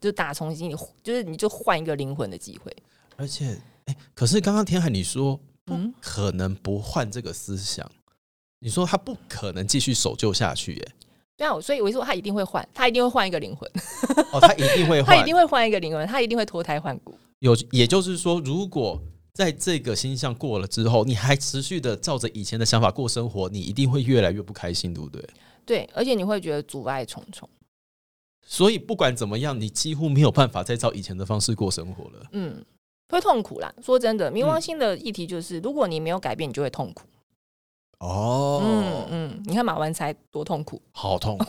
[SPEAKER 1] 就打从心里，就是你就换一个灵魂的机会。
[SPEAKER 2] 而且，哎、可是刚刚天海你说不
[SPEAKER 1] 嗯
[SPEAKER 2] 可能不换这个思想，你说他不可能继续守旧下去、哎 耶？
[SPEAKER 1] 对啊，所以我就说他一定会换，他一定会换一 个灵魂，
[SPEAKER 2] 哦，他一定会
[SPEAKER 1] 他一
[SPEAKER 2] 换
[SPEAKER 1] 定。会换一个灵魂，他一定会脱胎换骨。
[SPEAKER 2] 有，也就是说，如果在这个星象过了之后，你还持续的照着以前的想法过生活，你一定会越来越不开心，对不对？
[SPEAKER 1] 对，而且你会觉得阻碍重重。
[SPEAKER 2] 所以不管怎么样，你几乎没有办法再照以前的方式过生活了。
[SPEAKER 1] 嗯，会痛苦啦。说真的，冥王
[SPEAKER 2] 嗯
[SPEAKER 1] 星的议题就是，如果你没有改变，你就会痛苦。
[SPEAKER 2] 哦
[SPEAKER 1] 嗯嗯，你看马文才多痛苦。
[SPEAKER 2] 好 痛苦，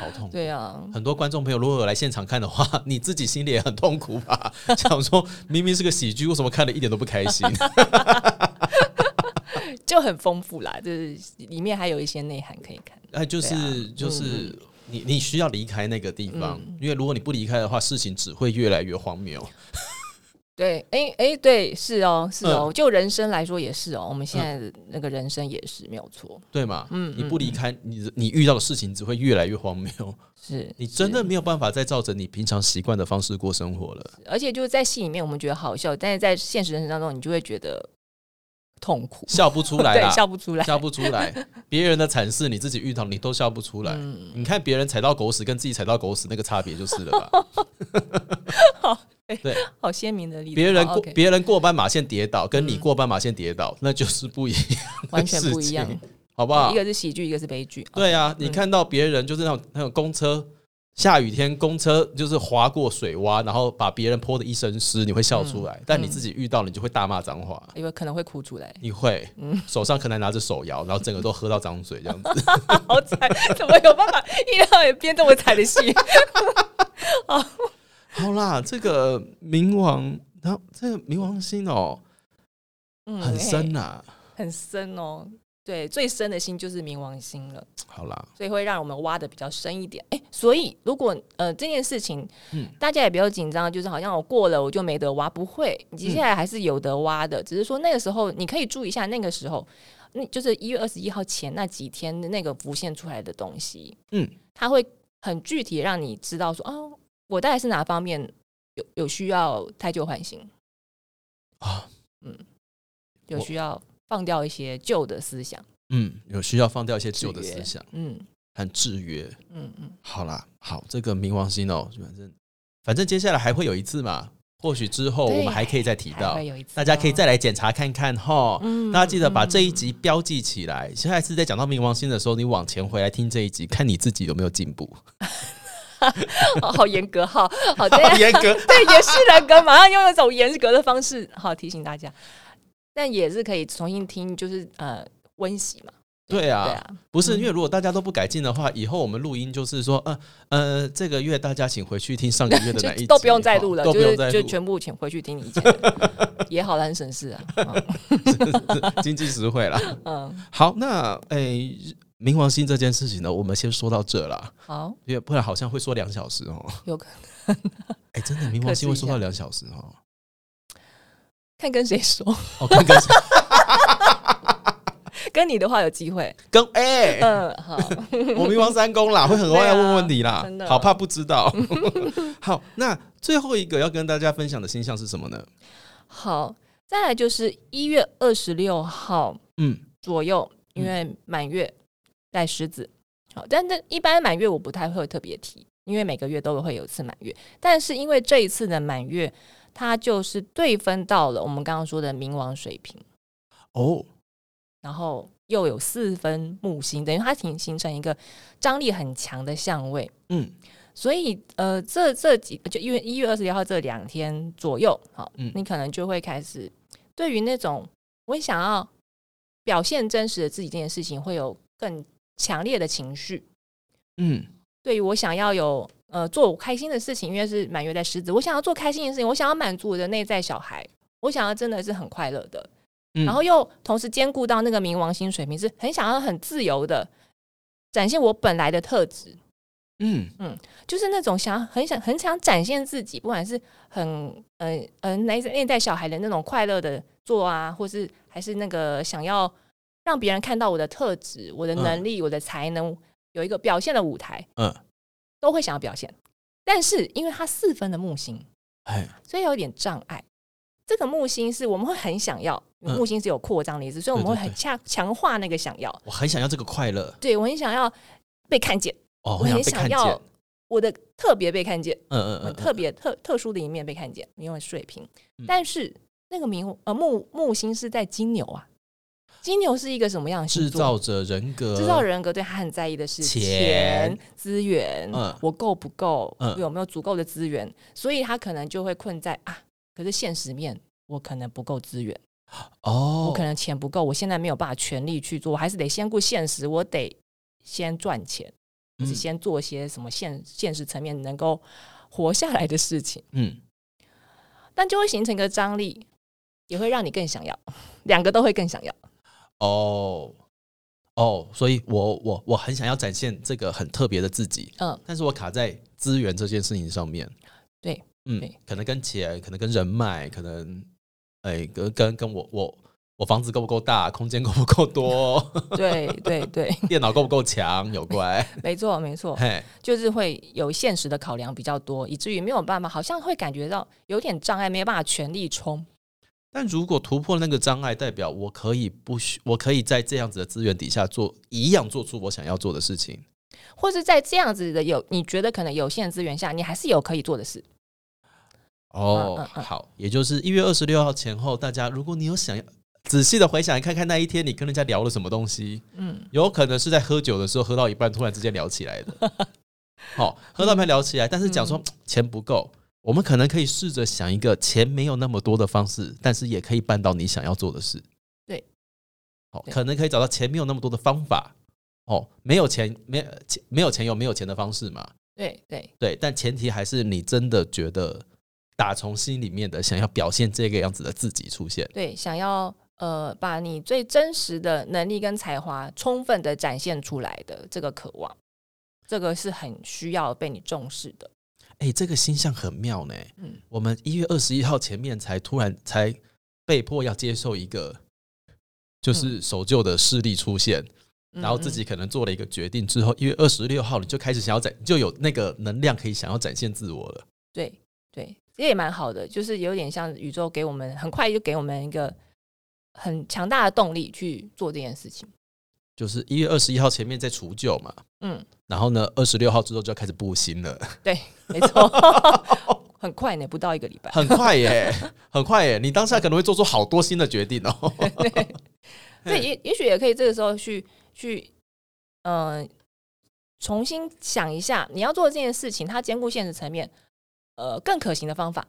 [SPEAKER 2] 好痛苦。
[SPEAKER 1] 对啊，
[SPEAKER 2] 很多观众朋友如果有来现场看的话， 你自己心里也很痛苦吧？ 想说明明是个喜剧，为什么看的一点都不开 心？
[SPEAKER 1] 就很丰富啦，就是里面还有一些内涵可以看。
[SPEAKER 2] 哎，就是、
[SPEAKER 1] 对啊
[SPEAKER 2] 就是你你需要离开那个地方，
[SPEAKER 1] 嗯
[SPEAKER 2] 因为如果你不离开的话，事情只会越来越荒谬。
[SPEAKER 1] 对，哎、哎、对，是哦，是哦，
[SPEAKER 2] 嗯
[SPEAKER 1] 就人生来说也是哦，我们现在的那个人生也是没有错，
[SPEAKER 2] 对嘛？
[SPEAKER 1] 嗯
[SPEAKER 2] 你不离开，你你遇到的事情只会越来越荒谬。
[SPEAKER 1] 是
[SPEAKER 2] 你真
[SPEAKER 1] 是
[SPEAKER 2] 的没有办法再照着你平常习惯的方式过生活了。
[SPEAKER 1] 而且就是在戏里面我们觉得好笑，但是在现实人生当中，你就会觉得痛苦，
[SPEAKER 2] 笑不出来啦，
[SPEAKER 1] 对，笑不出来，
[SPEAKER 2] 笑不出来。别人的惨事你自己遇到，你都笑不出来。
[SPEAKER 1] 嗯，
[SPEAKER 2] 你看别人踩到狗屎跟自己踩到狗屎那个差别就是了 吧？
[SPEAKER 1] 哦好鲜明的例子，
[SPEAKER 2] 别人
[SPEAKER 1] 好
[SPEAKER 2] 过
[SPEAKER 1] OK，
[SPEAKER 2] 别人过斑马线跌倒，跟你
[SPEAKER 1] 嗯
[SPEAKER 2] 过斑马线跌倒，那就是不一样，
[SPEAKER 1] 完全不一样
[SPEAKER 2] 事情，好不好
[SPEAKER 1] 一？个是喜剧，一个是悲剧。
[SPEAKER 2] 啊
[SPEAKER 1] 哦
[SPEAKER 2] 对啊，
[SPEAKER 1] 嗯
[SPEAKER 2] 你看到别人就是那种那种公车，下雨天公车就是划过水洼，然后把别人泼的一身湿，你会笑出
[SPEAKER 1] 嗯
[SPEAKER 2] 来，但你自己遇到了，你就会大骂脏话。，
[SPEAKER 1] 因为可能会哭出来
[SPEAKER 2] 你会，手上可能还拿着手摇，然后整个都喝到脏水这样 子。
[SPEAKER 1] 好惨！怎么有办法一到也编这么惨的戏？
[SPEAKER 2] 好啦，这个冥王，然后这个冥王星哦，
[SPEAKER 1] 嗯
[SPEAKER 2] 很深啊
[SPEAKER 1] 嘿
[SPEAKER 2] 呐、
[SPEAKER 1] 很深哦。对，最深的心就是冥王星了，
[SPEAKER 2] 好啦，
[SPEAKER 1] 所以会让我们挖的比较深一点。哎，所以如果呃这件事情，
[SPEAKER 2] 嗯
[SPEAKER 1] 大家也不要紧张，就是好像我过了我就没得挖，不会，你接下来还是有得挖
[SPEAKER 2] 嗯
[SPEAKER 1] 的，只是说那个时候你可以注意一下，那个时候那就是一月二十一号前那几天的那个浮现出来的东西，
[SPEAKER 2] 嗯，
[SPEAKER 1] 它会很具体地让你知道说，哦，我大概是哪方面有有需要太旧换新。
[SPEAKER 2] 啊，
[SPEAKER 1] 有
[SPEAKER 2] 我
[SPEAKER 1] 需要放掉一些旧的思想。
[SPEAKER 2] 嗯，有需要放掉一些旧的
[SPEAKER 1] 制约
[SPEAKER 2] 思想
[SPEAKER 1] 嗯
[SPEAKER 2] 和制约。
[SPEAKER 1] 嗯嗯，
[SPEAKER 2] 好啦，好，这个冥王星哦，反正反正接下来还会有一次嘛，或许之后
[SPEAKER 1] 对
[SPEAKER 2] 我们还可以再提
[SPEAKER 1] 还
[SPEAKER 2] 到
[SPEAKER 1] 会，有一次哦，
[SPEAKER 2] 大家可以再来检查看看哈。
[SPEAKER 1] 嗯
[SPEAKER 2] 大家记得把这一集标记起来，下一次在讲到冥王星的时候，你往前回来听这一集，看你自己有没有进步。
[SPEAKER 1] 好哦好严格，好好 这
[SPEAKER 2] 好
[SPEAKER 1] 样
[SPEAKER 2] 严格，
[SPEAKER 1] 对也是人格，马上用一种严格的方式好提醒大家，但也是可以重新听，就是呃温习嘛，
[SPEAKER 2] 对啊，
[SPEAKER 1] 对啊，
[SPEAKER 2] 不是因为如果大家都不改进的话，以后我们录音就是说，呃呃，这个月大家请回去听上个月的那一集，
[SPEAKER 1] 就都不用再录了，
[SPEAKER 2] 都
[SPEAKER 1] 就
[SPEAKER 2] 不用再
[SPEAKER 1] 是
[SPEAKER 2] 录
[SPEAKER 1] 就，全部请回去听你以前的 也好了，很省事啊，
[SPEAKER 2] 经济实惠啦。
[SPEAKER 1] 嗯，
[SPEAKER 2] 好，那诶，冥王星这件事情呢，我们先说到这啦，
[SPEAKER 1] 好，
[SPEAKER 2] 因为不然好像会说两小时哦。
[SPEAKER 1] 有可能
[SPEAKER 2] 哎，真的，冥王星会说到两小时 哦。
[SPEAKER 1] 看跟谁说，
[SPEAKER 2] 哦，跟跟
[SPEAKER 1] 跟你的话有机会，
[SPEAKER 2] 跟，哎、
[SPEAKER 1] 嗯，好，
[SPEAKER 2] 我冥王三 公啦，会很多要问问题啦，
[SPEAKER 1] 对啊真的
[SPEAKER 2] 好怕不知 道。 好，那最后一个要跟大家分享的星象是什么呢？
[SPEAKER 1] 好，再来就是一月二十六号，
[SPEAKER 2] 嗯，
[SPEAKER 1] 左右，
[SPEAKER 2] 嗯
[SPEAKER 1] 因为满月在狮子。好，但这一般满月我不太会特别提，因为每个月都会有一次满月。但是因为这一次的满月，它就是对分到了我们刚刚说的冥王水平，
[SPEAKER 2] 哦，
[SPEAKER 1] 然后又有四分木星，等于它形形成一个张力很强的相位。
[SPEAKER 2] 嗯
[SPEAKER 1] 所以呃，这这几就因为一月二十六号这两天左右，好，
[SPEAKER 2] 嗯
[SPEAKER 1] 你可能就会开始对于那种我想要表现真实的自己这件事情，会有更强烈的情绪。
[SPEAKER 2] 嗯
[SPEAKER 1] 对于我想要有呃做我开心的事情，因为是满月在狮子，我想要做开心的事情，我想要满足我的内在小孩，我想要真的是很快乐的，
[SPEAKER 2] 嗯，
[SPEAKER 1] 然后又同时兼顾到那个冥王星水平，是很想要很自由的展现我本来的特质。
[SPEAKER 2] 嗯
[SPEAKER 1] 就是那种想很想很想展现自己，不管是很呃呃内在内在小孩的那种快乐的做啊，或是还是那个想要让别人看到我的特质、我的能力、我的才能，有一个表现的舞台，
[SPEAKER 2] 嗯，
[SPEAKER 1] 都会想要表现。但是因为它四分的木星，
[SPEAKER 2] 哎，
[SPEAKER 1] 所以有点障碍。这个木星是我们会很想要，
[SPEAKER 2] 嗯
[SPEAKER 1] 木星是有扩张的意思，所以我们会很强强化那个想要。
[SPEAKER 2] 我很想要这个快乐
[SPEAKER 1] 对我很想要被看见，
[SPEAKER 2] 哦，
[SPEAKER 1] 我
[SPEAKER 2] 很想
[SPEAKER 1] 很
[SPEAKER 2] 被
[SPEAKER 1] 想
[SPEAKER 2] 看见，
[SPEAKER 1] 要
[SPEAKER 2] 嗯
[SPEAKER 1] 我的特别被看见。
[SPEAKER 2] 嗯
[SPEAKER 1] 我
[SPEAKER 2] 嗯嗯，
[SPEAKER 1] 们呃特别特特殊的一面被看见，因为水平
[SPEAKER 2] 嗯。
[SPEAKER 1] 但是那个冥呃木木星是在金牛啊，金牛是一个什么样的星
[SPEAKER 2] 制
[SPEAKER 1] 座？
[SPEAKER 2] 造者人格，
[SPEAKER 1] 制造人格对他很在意的是
[SPEAKER 2] 钱
[SPEAKER 1] 钱、资源
[SPEAKER 2] 嗯，
[SPEAKER 1] 我够不够，
[SPEAKER 2] 嗯
[SPEAKER 1] 我有没有足够的资源？所以他可能就会困在啊，可是现实面。我可能不够资源，我
[SPEAKER 2] 哦
[SPEAKER 1] 可，能钱不够，我现在没有办法全力去做，我还是得先顾现实，我得先赚钱，或是
[SPEAKER 2] 嗯
[SPEAKER 1] 先做些什么现现实层面能够活下来的事情。
[SPEAKER 2] 嗯，
[SPEAKER 1] 但就会形成一个张力，也会让你更想要， 两个都会更想要。
[SPEAKER 2] 哦哦，所以我我我很想要展现这个很特别的自己，
[SPEAKER 1] 嗯，
[SPEAKER 2] 但是我卡在资源这件事情上面，
[SPEAKER 1] 对，
[SPEAKER 2] 嗯
[SPEAKER 1] 对，
[SPEAKER 2] 可能跟钱，可能跟人脉，可能哎，跟跟跟我我我房子够不够大，空间够不够多，
[SPEAKER 1] 对对对，
[SPEAKER 2] 电脑够不够强有关，
[SPEAKER 1] 没错没错，
[SPEAKER 2] 嘿，
[SPEAKER 1] 就是会有现实的考量比较多，以至于没有办法，好像会感觉到有点障碍，没有办法全力冲。
[SPEAKER 2] 但如果突破那个障碍，代表我可以不需，我可以在这样子的资源底下做一样做出我想要做的事情。
[SPEAKER 1] 或是在这样子的有你觉得可能有限资源下，你还是有可以做的事。
[SPEAKER 2] 哦，
[SPEAKER 1] 嗯嗯嗯
[SPEAKER 2] 好，也就是一月二十六号前后，大家如果你有想要仔细的回想看看那一天你跟人家聊了什么东西。嗯，有可能是在喝酒的时候喝到一半，突然之间聊起来的。 好、喝到一半聊起来，但是讲说钱不够，我们可能可以试着想一个钱没有那么多的方式，但是也可以办到你想要做的事。
[SPEAKER 1] 对，
[SPEAKER 2] 好、
[SPEAKER 1] 对
[SPEAKER 2] 可能可以找到钱没有那么多的方法。哦，没有钱，没钱，没有钱有没有钱的方式嘛？
[SPEAKER 1] 对对
[SPEAKER 2] 对，但前提还是你真的觉得打从心里面的想要表现这个样子的自己出现。
[SPEAKER 1] 对，想要呃把你最真实的能力跟才华充分的展现出来的这个渴望，这个是很需要被你重视的。
[SPEAKER 2] 哎、这个星象很妙呢。
[SPEAKER 1] 嗯
[SPEAKER 2] 我们一月二十一号前面才突然才被迫要接受一个，就是守旧的势力出现，
[SPEAKER 1] 嗯
[SPEAKER 2] 然后自己可能做了一个决定之后，一月二十六号你就开始想要展，你就有那个能量可以想要展现自我了。
[SPEAKER 1] 对对，这也蛮好的，就是有点像宇宙给我们很快就给我们一个很强大的动力去做这件事情。
[SPEAKER 2] 就是一月二十一号前面在除旧嘛，
[SPEAKER 1] 嗯，
[SPEAKER 2] 然后呢，二十六号之后就要开始布新了，
[SPEAKER 1] 没错， 很快呢，不到一个 礼拜。
[SPEAKER 2] 很快 耶，很快耶！你当下可能会做出好多新的决定 哦。
[SPEAKER 1] 对，也也许也可以这个时候去去，嗯、重新想一下你要做这件事情，它兼顾现实层面，呃，更可行的方法。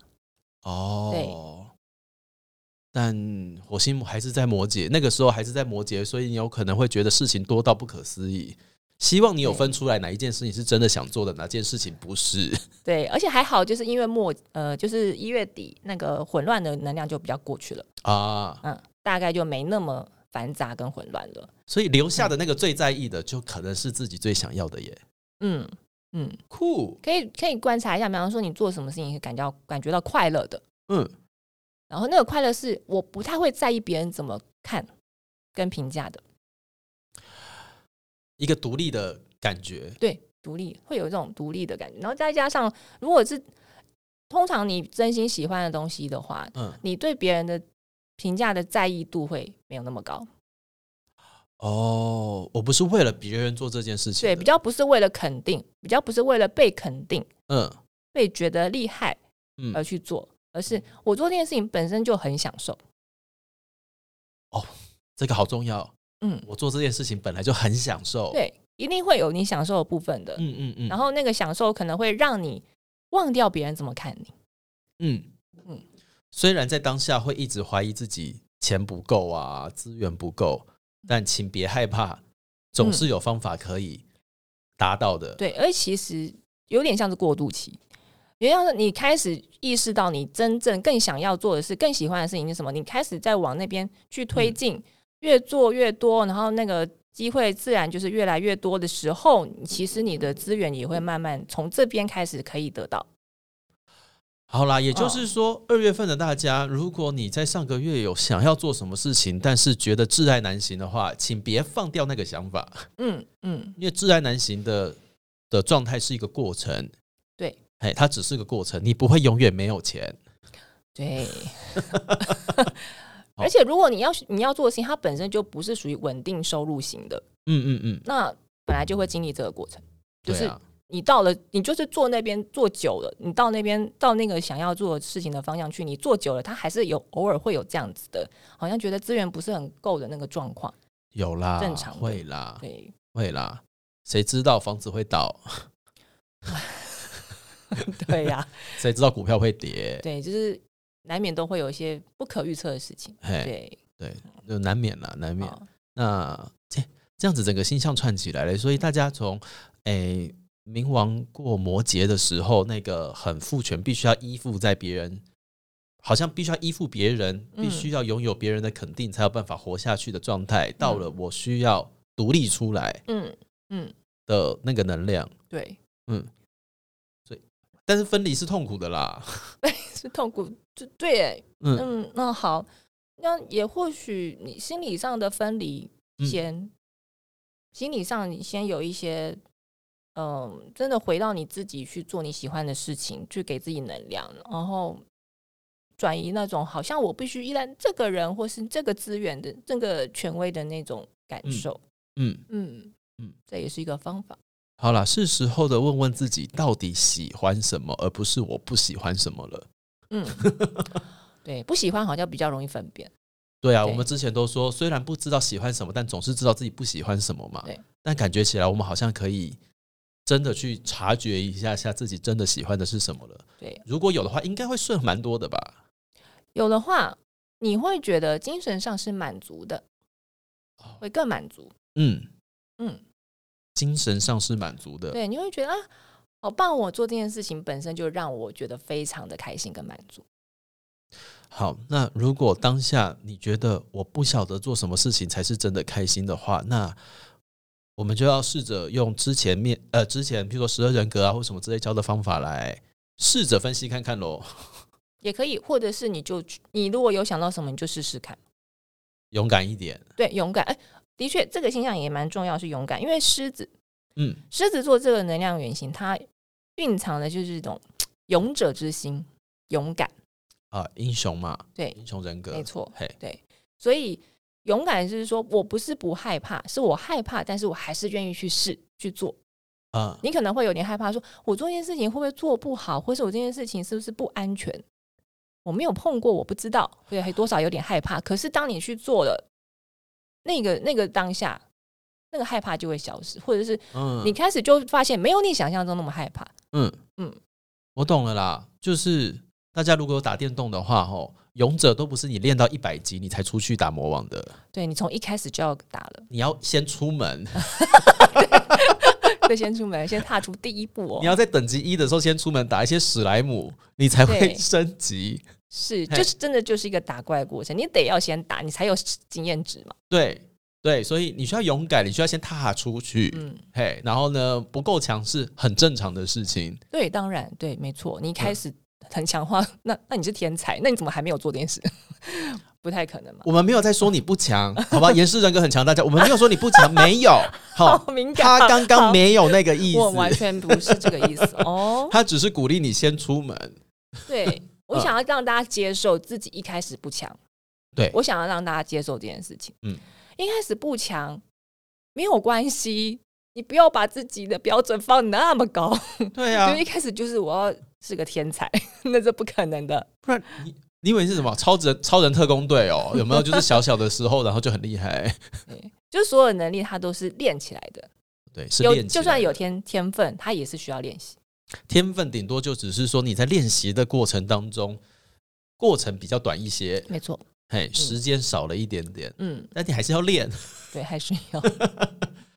[SPEAKER 2] 哦，但火星还是在摩羯，那个时候还是在摩羯，所以你有可能会觉得事情多到不可思议。希望你有
[SPEAKER 1] 对
[SPEAKER 2] 分出来哪一件事情是真的想做的，哪件事情不 是。
[SPEAKER 1] 对，而且还好，就是因为末呃，就是一月底那个混乱的能量就比较过去了，
[SPEAKER 2] 啊，
[SPEAKER 1] 嗯，大概就没那么繁杂跟混乱了。
[SPEAKER 2] 所以留下的那个最在意的，就可能是自己最想要的耶。
[SPEAKER 1] 嗯嗯，
[SPEAKER 2] 酷，
[SPEAKER 1] 可以可以观察一下，比方说你做什么事情感觉到感觉到快乐的，
[SPEAKER 2] 嗯，
[SPEAKER 1] 然后那个快乐是我不太会在意别人怎么看跟评价的，
[SPEAKER 2] 一个独立的感觉，
[SPEAKER 1] 对，独立会有这种独立的感觉，然后再加上如果是通常你真心喜欢的东西的话，
[SPEAKER 2] 嗯，
[SPEAKER 1] 你对别人的评价的在意度会没有那么高，
[SPEAKER 2] 哦，我不是为了别人做这件事情
[SPEAKER 1] 对，
[SPEAKER 2] 的，
[SPEAKER 1] 比较不是为了肯定，比较不是为了被肯定、
[SPEAKER 2] 嗯
[SPEAKER 1] 被觉得厉害
[SPEAKER 2] 嗯，
[SPEAKER 1] 而去做，而是我做这件事情本身就很享受，
[SPEAKER 2] 这个好重要。
[SPEAKER 1] 嗯，
[SPEAKER 2] 我做这件事情本来就很享受，，
[SPEAKER 1] 对，一定会有你享受的部分的，
[SPEAKER 2] 嗯嗯嗯，
[SPEAKER 1] 然后那个享受可能会让你忘掉别人怎么看你。
[SPEAKER 2] 嗯
[SPEAKER 1] 嗯
[SPEAKER 2] 虽然在当下会一直怀疑自己钱不够啊，资源不
[SPEAKER 1] 嗯
[SPEAKER 2] 够，但请别害怕，总是有方法可以达到的。
[SPEAKER 1] 对，而其实有点像是过渡期，也像是你开始意识到你真正更想要做的事、更喜欢的事情是什么，你开始在往那边去推进，越做越多，然后那个机会自然就是越来越多的时候，你其实你的资源也会慢慢从这边开始可以得到。
[SPEAKER 2] 好啦，也
[SPEAKER 1] 哦
[SPEAKER 2] 就是说，二、月份的大家，如果你在上个月有想要做什么事情，但是觉得挚爱难行的话，请别放掉那个想法，
[SPEAKER 1] 嗯嗯，
[SPEAKER 2] 因为挚爱难行的的状态是一个过程。
[SPEAKER 1] 对，
[SPEAKER 2] 哎，它只是个过程，你不会永远没有钱。
[SPEAKER 1] 对。而且，如果你要你要做的事情，它本身就不是属于稳定收入型的，
[SPEAKER 2] 嗯嗯嗯，
[SPEAKER 1] 那本来就会经历这个过程。就
[SPEAKER 2] 对
[SPEAKER 1] 是
[SPEAKER 2] 啊，
[SPEAKER 1] 你到了，你就是坐那边坐久了，你到那边到那个想要做的事情的方向去，你坐久了，它还是有偶尔会有这样子的，好像觉得资源不是很够的那个状况。
[SPEAKER 2] 有啦，
[SPEAKER 1] 正常的
[SPEAKER 2] 会啦，
[SPEAKER 1] 对，
[SPEAKER 2] 会啦，谁知道房子会倒？
[SPEAKER 1] 对呀、
[SPEAKER 2] 谁知道股票会跌？
[SPEAKER 1] 对，就是难免都会有一些不可预测的事情。
[SPEAKER 2] 嘿，
[SPEAKER 1] 对，哦
[SPEAKER 2] 对，就难免啦，哎难免。
[SPEAKER 1] 好
[SPEAKER 2] 那这这样子整个星象串起来了，所以大家从诶、冥王过摩羯的时候，那个很父权，必须要依附在别人，好像必须要依附别人，
[SPEAKER 1] 嗯
[SPEAKER 2] 必须要拥有别人的肯定，才有办法活下去的状态。到了我需要独立出来
[SPEAKER 1] 嗯，
[SPEAKER 2] 的那个能量，
[SPEAKER 1] 对，
[SPEAKER 2] 但是分离是痛苦的啦。
[SPEAKER 1] 是痛苦，就对耶，
[SPEAKER 2] 嗯，
[SPEAKER 1] 嗯，那好，那也或许你心理上的分离
[SPEAKER 2] 嗯
[SPEAKER 1] 先，心理上你先有一些，嗯、真的回到你自己去做你喜欢的事情，去给自己能量，然后转移那种好像我必须依赖这个人或是这个资源的这个权威的那种感
[SPEAKER 2] 嗯
[SPEAKER 1] 受。
[SPEAKER 2] 嗯。
[SPEAKER 1] 嗯
[SPEAKER 2] 嗯
[SPEAKER 1] 这也是一个方法。
[SPEAKER 2] 好啦，是时候的问问自己到底喜欢什么，而不是我不喜欢什么了。
[SPEAKER 1] 嗯，对，不喜欢好像比较容易分辨。
[SPEAKER 2] 对啊，
[SPEAKER 1] 对
[SPEAKER 2] 我们之前都说，虽然不知道喜欢什么，但总是知道自己不喜欢什么嘛
[SPEAKER 1] 对。
[SPEAKER 2] 但感觉起来，我们好像可以真的去察觉一下下自己真的喜欢的是什么了。
[SPEAKER 1] 对，
[SPEAKER 2] 如果有的话，应该会顺蛮多的吧？
[SPEAKER 1] 有的话，你会觉得精神上是满足的，会更满足。
[SPEAKER 2] 嗯，
[SPEAKER 1] 嗯，
[SPEAKER 2] 精神上是满足的。
[SPEAKER 1] 对，你会觉得啊，好棒！我做这件事情本身就让我觉得非常的开心跟满足。
[SPEAKER 2] 好，那如果当下你觉得我不晓得做什么事情才是真的开心的话，那我们就要试着用之前面呃之前，譬如说十二人格啊或什么之类教的方法来试着分析看看喽。
[SPEAKER 1] 也可以，或者是你就去你如果有想到什么，你就试试看。
[SPEAKER 2] 勇敢一点，
[SPEAKER 1] 对，勇敢，哎、的确这个形象也蛮重要，是勇敢。因为狮子，
[SPEAKER 2] 嗯，
[SPEAKER 1] 狮子座这个能量原型，它蕴藏的就是一种勇者之心，勇敢。
[SPEAKER 2] 啊、英雄嘛，
[SPEAKER 1] 对，
[SPEAKER 2] 英雄人格，
[SPEAKER 1] 没错
[SPEAKER 2] 嘿，
[SPEAKER 1] 所以勇敢就是说我不是不害怕，是我害怕，但是我还是愿意去试去做。
[SPEAKER 2] 啊、
[SPEAKER 1] 你可能会有点害怕说，我做这件事情会不会做不好，或是我这件事情是不是不安全？我没有碰过，我不知道，所以还多少有点害怕。可是当你去做了，那个那个当下，那个害怕就会消失，或者是
[SPEAKER 2] 嗯，
[SPEAKER 1] 你开始就发现没有你想象中那么害怕。
[SPEAKER 2] 嗯嗯
[SPEAKER 1] 嗯，
[SPEAKER 2] 我懂了啦，就是大家如果有打电动的话，吼，勇者都不是你练到一百级你才出去打魔王的，
[SPEAKER 1] 对你从一开始就要打了，
[SPEAKER 2] 你要先出门，
[SPEAKER 1] 就先出门，先踏出第一步
[SPEAKER 2] 你
[SPEAKER 1] 哦。
[SPEAKER 2] 要在等级一的时候先出门打一些史莱姆，你才会
[SPEAKER 1] 对
[SPEAKER 2] 升级。
[SPEAKER 1] 是，
[SPEAKER 2] 嘿
[SPEAKER 1] 就是真的就是一个打怪的过程，你得要先打，你才有经验值嘛。
[SPEAKER 2] 对对，所以你需要勇敢，你需要先踏出去。
[SPEAKER 1] 嗯，
[SPEAKER 2] 嘿，然后呢，不够强是很正常的事 情。
[SPEAKER 1] 对，当然对，没错，你一开始很强化，那那你是天才，那你怎么还没有做这件事？ 不太可能嘛，
[SPEAKER 2] 我们没有在说你不强， 好吧？严氏人格很强，大家我们没有说你不强，没 有。好，
[SPEAKER 1] 好敏感。
[SPEAKER 2] 哦他刚刚
[SPEAKER 1] 好
[SPEAKER 2] 没有那个意
[SPEAKER 1] 我完
[SPEAKER 2] 思，
[SPEAKER 1] 全不是这个意思哦。
[SPEAKER 2] 他只是鼓励你先出 门。
[SPEAKER 1] 对，我想要让大家接受自己一开始不强，
[SPEAKER 2] 嗯对
[SPEAKER 1] 我想要让大家接受这件事情。
[SPEAKER 2] 嗯
[SPEAKER 1] 嗯，一开始不强没有关系，你不要把自己的标准放那么高，
[SPEAKER 2] 对
[SPEAKER 1] 因
[SPEAKER 2] 啊
[SPEAKER 1] 为，一开始就是我要是个天才， 那是不可能的。
[SPEAKER 2] 不然你你以为你是什么超人超人特工队哦？有没有就是小小的时候，然后就很厉害？
[SPEAKER 1] 对，就是所有能力它都是练起来的。
[SPEAKER 2] 对，是
[SPEAKER 1] 有
[SPEAKER 2] 练起
[SPEAKER 1] 就算
[SPEAKER 2] 来
[SPEAKER 1] 有天天分，他也是需要练习。
[SPEAKER 2] 天分顶多就只是说你在练习的过程当中，过程比较短一些，
[SPEAKER 1] 没错，
[SPEAKER 2] 嘿，时间少了一点点，
[SPEAKER 1] 嗯，
[SPEAKER 2] 但你还是要练。
[SPEAKER 1] 对，还 是要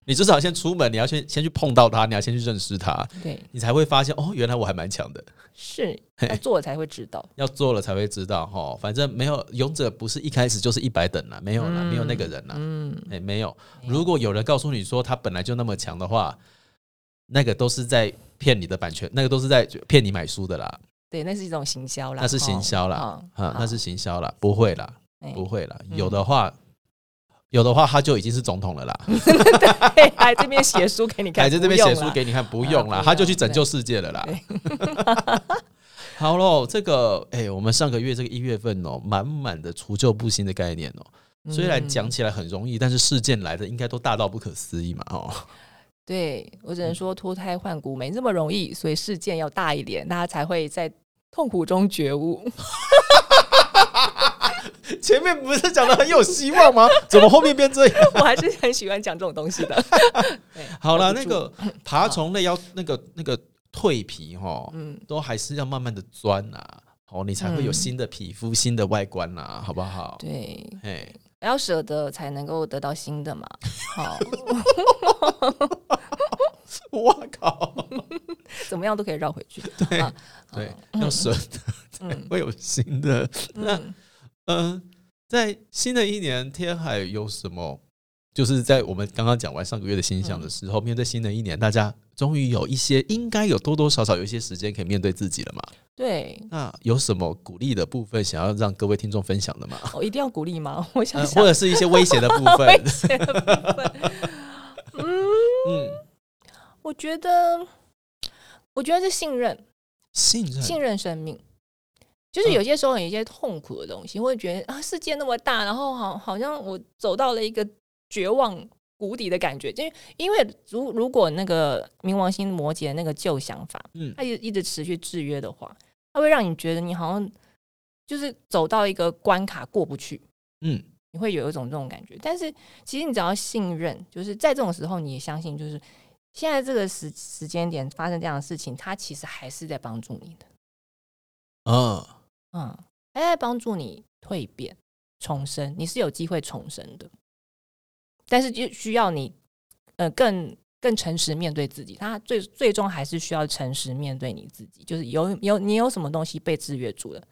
[SPEAKER 2] 你至少先出门，你要先先去碰到它，你要先去认识它，
[SPEAKER 1] 对，
[SPEAKER 2] 你才会发现哦，原来我还蛮强的。
[SPEAKER 1] 是要做了才会知道。
[SPEAKER 2] 要做了才会知道哈，吼反正没有勇者不是一开始就是一百等啊啦，没有啦，
[SPEAKER 1] 嗯
[SPEAKER 2] 没有那个人啦，
[SPEAKER 1] 嗯，
[SPEAKER 2] 哎、没有。
[SPEAKER 1] 没有
[SPEAKER 2] 如果有人告诉你说他本来就那么强的话，那个都是在骗你的版权，那个都是在骗你买书的啦，
[SPEAKER 1] 对，那是一种行销啦，
[SPEAKER 2] 那是行销啦，
[SPEAKER 1] 哦
[SPEAKER 2] 啊，那是
[SPEAKER 1] 好
[SPEAKER 2] 行销啦，不会啦，
[SPEAKER 1] 哎
[SPEAKER 2] 不会啦，
[SPEAKER 1] 嗯
[SPEAKER 2] 有的话，有的话他就已经是总统了啦，
[SPEAKER 1] 对，还哎这边写书给 你看，
[SPEAKER 2] 还在这边
[SPEAKER 1] 不
[SPEAKER 2] 写
[SPEAKER 1] 用
[SPEAKER 2] 书
[SPEAKER 1] 啦
[SPEAKER 2] 给你看，不用啦，
[SPEAKER 1] 啊不用
[SPEAKER 2] 他就去拯救世界了啦。好喽，这个哎、我们上个月这个一月份哦，满满的除旧布新的概念哦， 虽然讲
[SPEAKER 1] 嗯
[SPEAKER 2] 起来很容易，但是事件来的应该都大到不可思议嘛 哦，
[SPEAKER 1] 对我只能说脱胎换骨没那么容易，所以事件要大一点，大家才会在痛苦中觉悟。
[SPEAKER 2] 前面不是讲的很有希望吗？ 怎么后面变这样？
[SPEAKER 1] 我还是很喜欢讲这种东西 的。对
[SPEAKER 2] 好了，
[SPEAKER 1] 忍
[SPEAKER 2] 那
[SPEAKER 1] 不
[SPEAKER 2] 个爬虫类要那个那个蜕皮哈、哦，
[SPEAKER 1] 嗯，
[SPEAKER 2] 都还是要慢慢的钻啊，哦，你才会有
[SPEAKER 1] 嗯
[SPEAKER 2] 新的皮肤、新的外观啦、啊，好不好？
[SPEAKER 1] 对，
[SPEAKER 2] 哎，
[SPEAKER 1] 要舍得才能够得到新的嘛。 好，
[SPEAKER 2] 我靠，
[SPEAKER 1] 怎么样都可以绕回去。对啊、
[SPEAKER 2] 对
[SPEAKER 1] 啊，
[SPEAKER 2] 要舍得
[SPEAKER 1] 嗯
[SPEAKER 2] 会有新的。那
[SPEAKER 1] 嗯，
[SPEAKER 2] 嗯，在新的一年，天海有什么？就是在我们刚刚讲完上个月的星象的时候，面对新的一年，大家终于有一些应该有多多少少有一些时间可以面对自己了嘛？
[SPEAKER 1] 对，
[SPEAKER 2] 那有什么鼓励的部分想要让各位听众分享的吗？
[SPEAKER 1] 我、哦一定要鼓励吗？ 我想
[SPEAKER 2] 呃，
[SPEAKER 1] 想
[SPEAKER 2] 或，者是一些威胁的部分
[SPEAKER 1] 危，险 的部分，
[SPEAKER 2] 嗯，
[SPEAKER 1] 我觉得，我觉得是信任，
[SPEAKER 2] 信任，
[SPEAKER 1] 信任生命。就是
[SPEAKER 2] 嗯
[SPEAKER 1] 有些时候有一些痛苦的东西，会觉得啊，世界那么大，然后好好像我走到了一个绝望谷底的感觉。就是因为如如果那个冥王星摩羯那个旧想法，
[SPEAKER 2] 嗯
[SPEAKER 1] 它一一直持续制约的话，它会让你觉得你好像就是走到一个关卡过不去，
[SPEAKER 2] 嗯
[SPEAKER 1] 你会有一种这种感觉。但是其实你只要信任，就是在这种时候你也相信，就是现在这个时时间点发生这样的事情，它其实还是在帮助你的，
[SPEAKER 2] 嗯，
[SPEAKER 1] 嗯，还在帮助你蜕变、重生，你是有机会重生的。但是就需要你，呃，更更诚实面对自己。他最最终还是需要诚实面对你自己，就是有有你有什么东西被制约住了，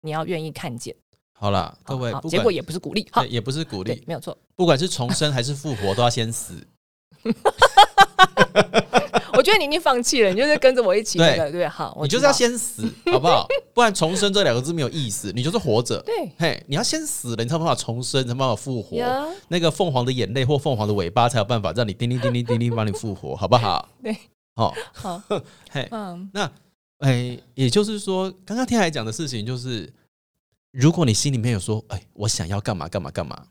[SPEAKER 1] 你要愿意看见。
[SPEAKER 2] 好啦，各
[SPEAKER 1] 好
[SPEAKER 2] 位
[SPEAKER 1] 好，
[SPEAKER 2] 不
[SPEAKER 1] 结
[SPEAKER 2] 管
[SPEAKER 1] 果也不是鼓励，好
[SPEAKER 2] 对，也不是鼓
[SPEAKER 1] 对
[SPEAKER 2] 励，，
[SPEAKER 1] 没有错。
[SPEAKER 2] 不管是重生还是复活，都要先死。
[SPEAKER 1] 我觉得你已经放弃了，你就是跟着我一起
[SPEAKER 2] 对
[SPEAKER 1] 那个，对，好，我
[SPEAKER 2] 你就是
[SPEAKER 1] 知道
[SPEAKER 2] 要先 死，好不好？不然重生这两个字没有意思，你就是活着。
[SPEAKER 1] 对
[SPEAKER 2] 嘿，你要先死了，你才有办法重生，才有办法复活。
[SPEAKER 1] 呀，
[SPEAKER 2] 那个凤凰的眼泪或凤凰的尾巴才有办法让你叮铃叮铃叮铃帮你复活，好不好？
[SPEAKER 1] 对，
[SPEAKER 2] 好、
[SPEAKER 1] 好，
[SPEAKER 2] 嘿，
[SPEAKER 1] 嗯，
[SPEAKER 2] 那哎、也就是说，刚刚天海讲的事情就是，如果你心里面有说，哎、我想要干嘛干嘛干嘛，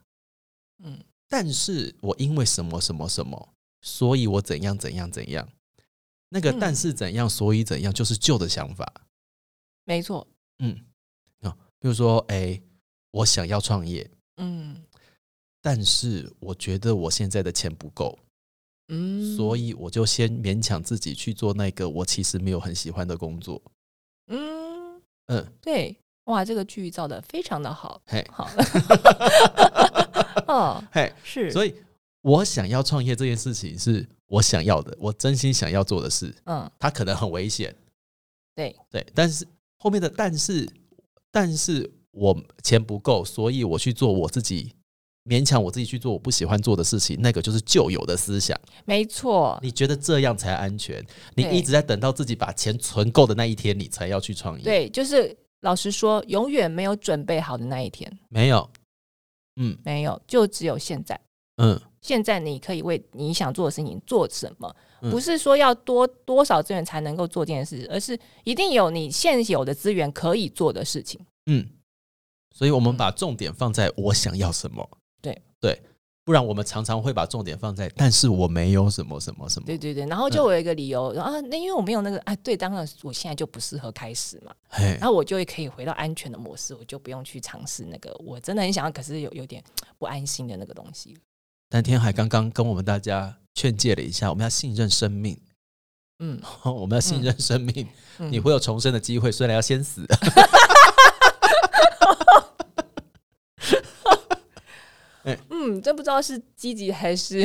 [SPEAKER 1] 嗯
[SPEAKER 2] 嗯，但是我因为什么什么什么，所以我怎样怎样怎样，那个
[SPEAKER 1] 嗯
[SPEAKER 2] 但是怎样，所以怎样，就是旧的想法。
[SPEAKER 1] 没错，
[SPEAKER 2] 比如说，哎、我想要创业，
[SPEAKER 1] 嗯
[SPEAKER 2] 但是我觉得我现在的钱不够，
[SPEAKER 1] 嗯，
[SPEAKER 2] 所以我就先勉强自己去做那个我其实没有很喜欢的工作。
[SPEAKER 1] 嗯，
[SPEAKER 2] 嗯，
[SPEAKER 1] 对，哇，这个剧照的非常的好，
[SPEAKER 2] 嘿，
[SPEAKER 1] 好，哦，
[SPEAKER 2] 嘿，
[SPEAKER 1] 是，
[SPEAKER 2] 所
[SPEAKER 1] 以，
[SPEAKER 2] 以我想要创业这件事情是我想要的，我真心想要做的事。
[SPEAKER 1] 嗯，
[SPEAKER 2] 它可能很危险，
[SPEAKER 1] 对
[SPEAKER 2] 对，但是后面的但是但是我钱不够，所以我去做我自己勉强我自己去做我不喜欢做的事情，那个就是旧有的思想。
[SPEAKER 1] 没错，
[SPEAKER 2] 你觉得这样才安全？你
[SPEAKER 1] 对
[SPEAKER 2] 一直在等到自己把钱存够的那一天，你才要去创业。，
[SPEAKER 1] 对，就是老实说，永远没有准备好的那一天，
[SPEAKER 2] 没有，嗯
[SPEAKER 1] 没有，就只有现在。
[SPEAKER 2] 嗯，
[SPEAKER 1] 现在你可以为你想做的事情做什么，
[SPEAKER 2] 嗯
[SPEAKER 1] 不是说要多多少资源才能够做这件事，而是一定有你现有的资源可以做的事情。
[SPEAKER 2] 嗯，所以我们把重点放在我想要什么。
[SPEAKER 1] 对
[SPEAKER 2] 对，不然我们常常会把重点放在，但是我没有什么什么什么。
[SPEAKER 1] 对对对，然后
[SPEAKER 2] 嗯
[SPEAKER 1] 就有一个理由、啊，那因为我没有那个啊，对，当然我现在就不适合开始嘛，
[SPEAKER 2] 嘿
[SPEAKER 1] 然，后我就可以回到安全的模式，我就不用去尝试那个我真的很想要，可是有有点不安心的那个东西。
[SPEAKER 2] 但天海刚刚跟我们大家劝诫了一下，我们要信任生命，
[SPEAKER 1] 嗯，
[SPEAKER 2] 我们要信任生命，
[SPEAKER 1] 嗯
[SPEAKER 2] 你会有重生的机会，虽然要先死。
[SPEAKER 1] 嗯，真不知道是积极还是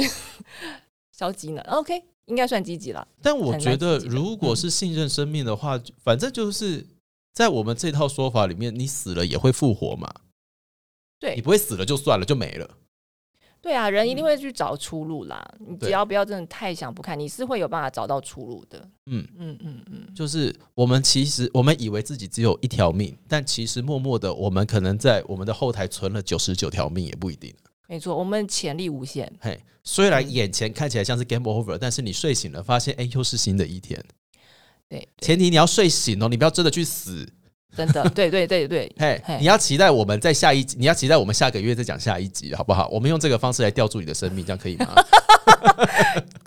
[SPEAKER 1] 消极呢？OK，应该算积极了。
[SPEAKER 2] 但我
[SPEAKER 1] 很
[SPEAKER 2] 觉
[SPEAKER 1] 难
[SPEAKER 2] 得，
[SPEAKER 1] 自己的嗯
[SPEAKER 2] 如果是信任生命的话，反正就是在我们这套说法里面，你死了也会复活嘛。
[SPEAKER 1] 对
[SPEAKER 2] 你不会死了就算了，就没了。
[SPEAKER 1] 对啊，人一定会去找出路啦。你只
[SPEAKER 2] 对
[SPEAKER 1] 要不要真的太想不开，你是会有办法找到出路的。
[SPEAKER 2] 嗯，
[SPEAKER 1] 嗯嗯嗯，
[SPEAKER 2] 就是我们其实我们以为自己只有一条命，但其实默默的，我们可能在我们的后台存了九十九条命也不一定。
[SPEAKER 1] 没错，我们潜力无限。
[SPEAKER 2] 嘿，虽然
[SPEAKER 1] 嗯
[SPEAKER 2] 眼前看起来像是 game over，但是你睡醒了发现，哎、又是新的一天。
[SPEAKER 1] 对，对
[SPEAKER 2] 前提你要睡醒哦，你不要真的去死。
[SPEAKER 1] 真的，对对对 对，
[SPEAKER 2] 嘿
[SPEAKER 1] 嘿，
[SPEAKER 2] 你要期待我们在下一集，你要期待我们下个月再讲下一集，好不好？我们用这个方式来吊住你的生命，这样可以 吗？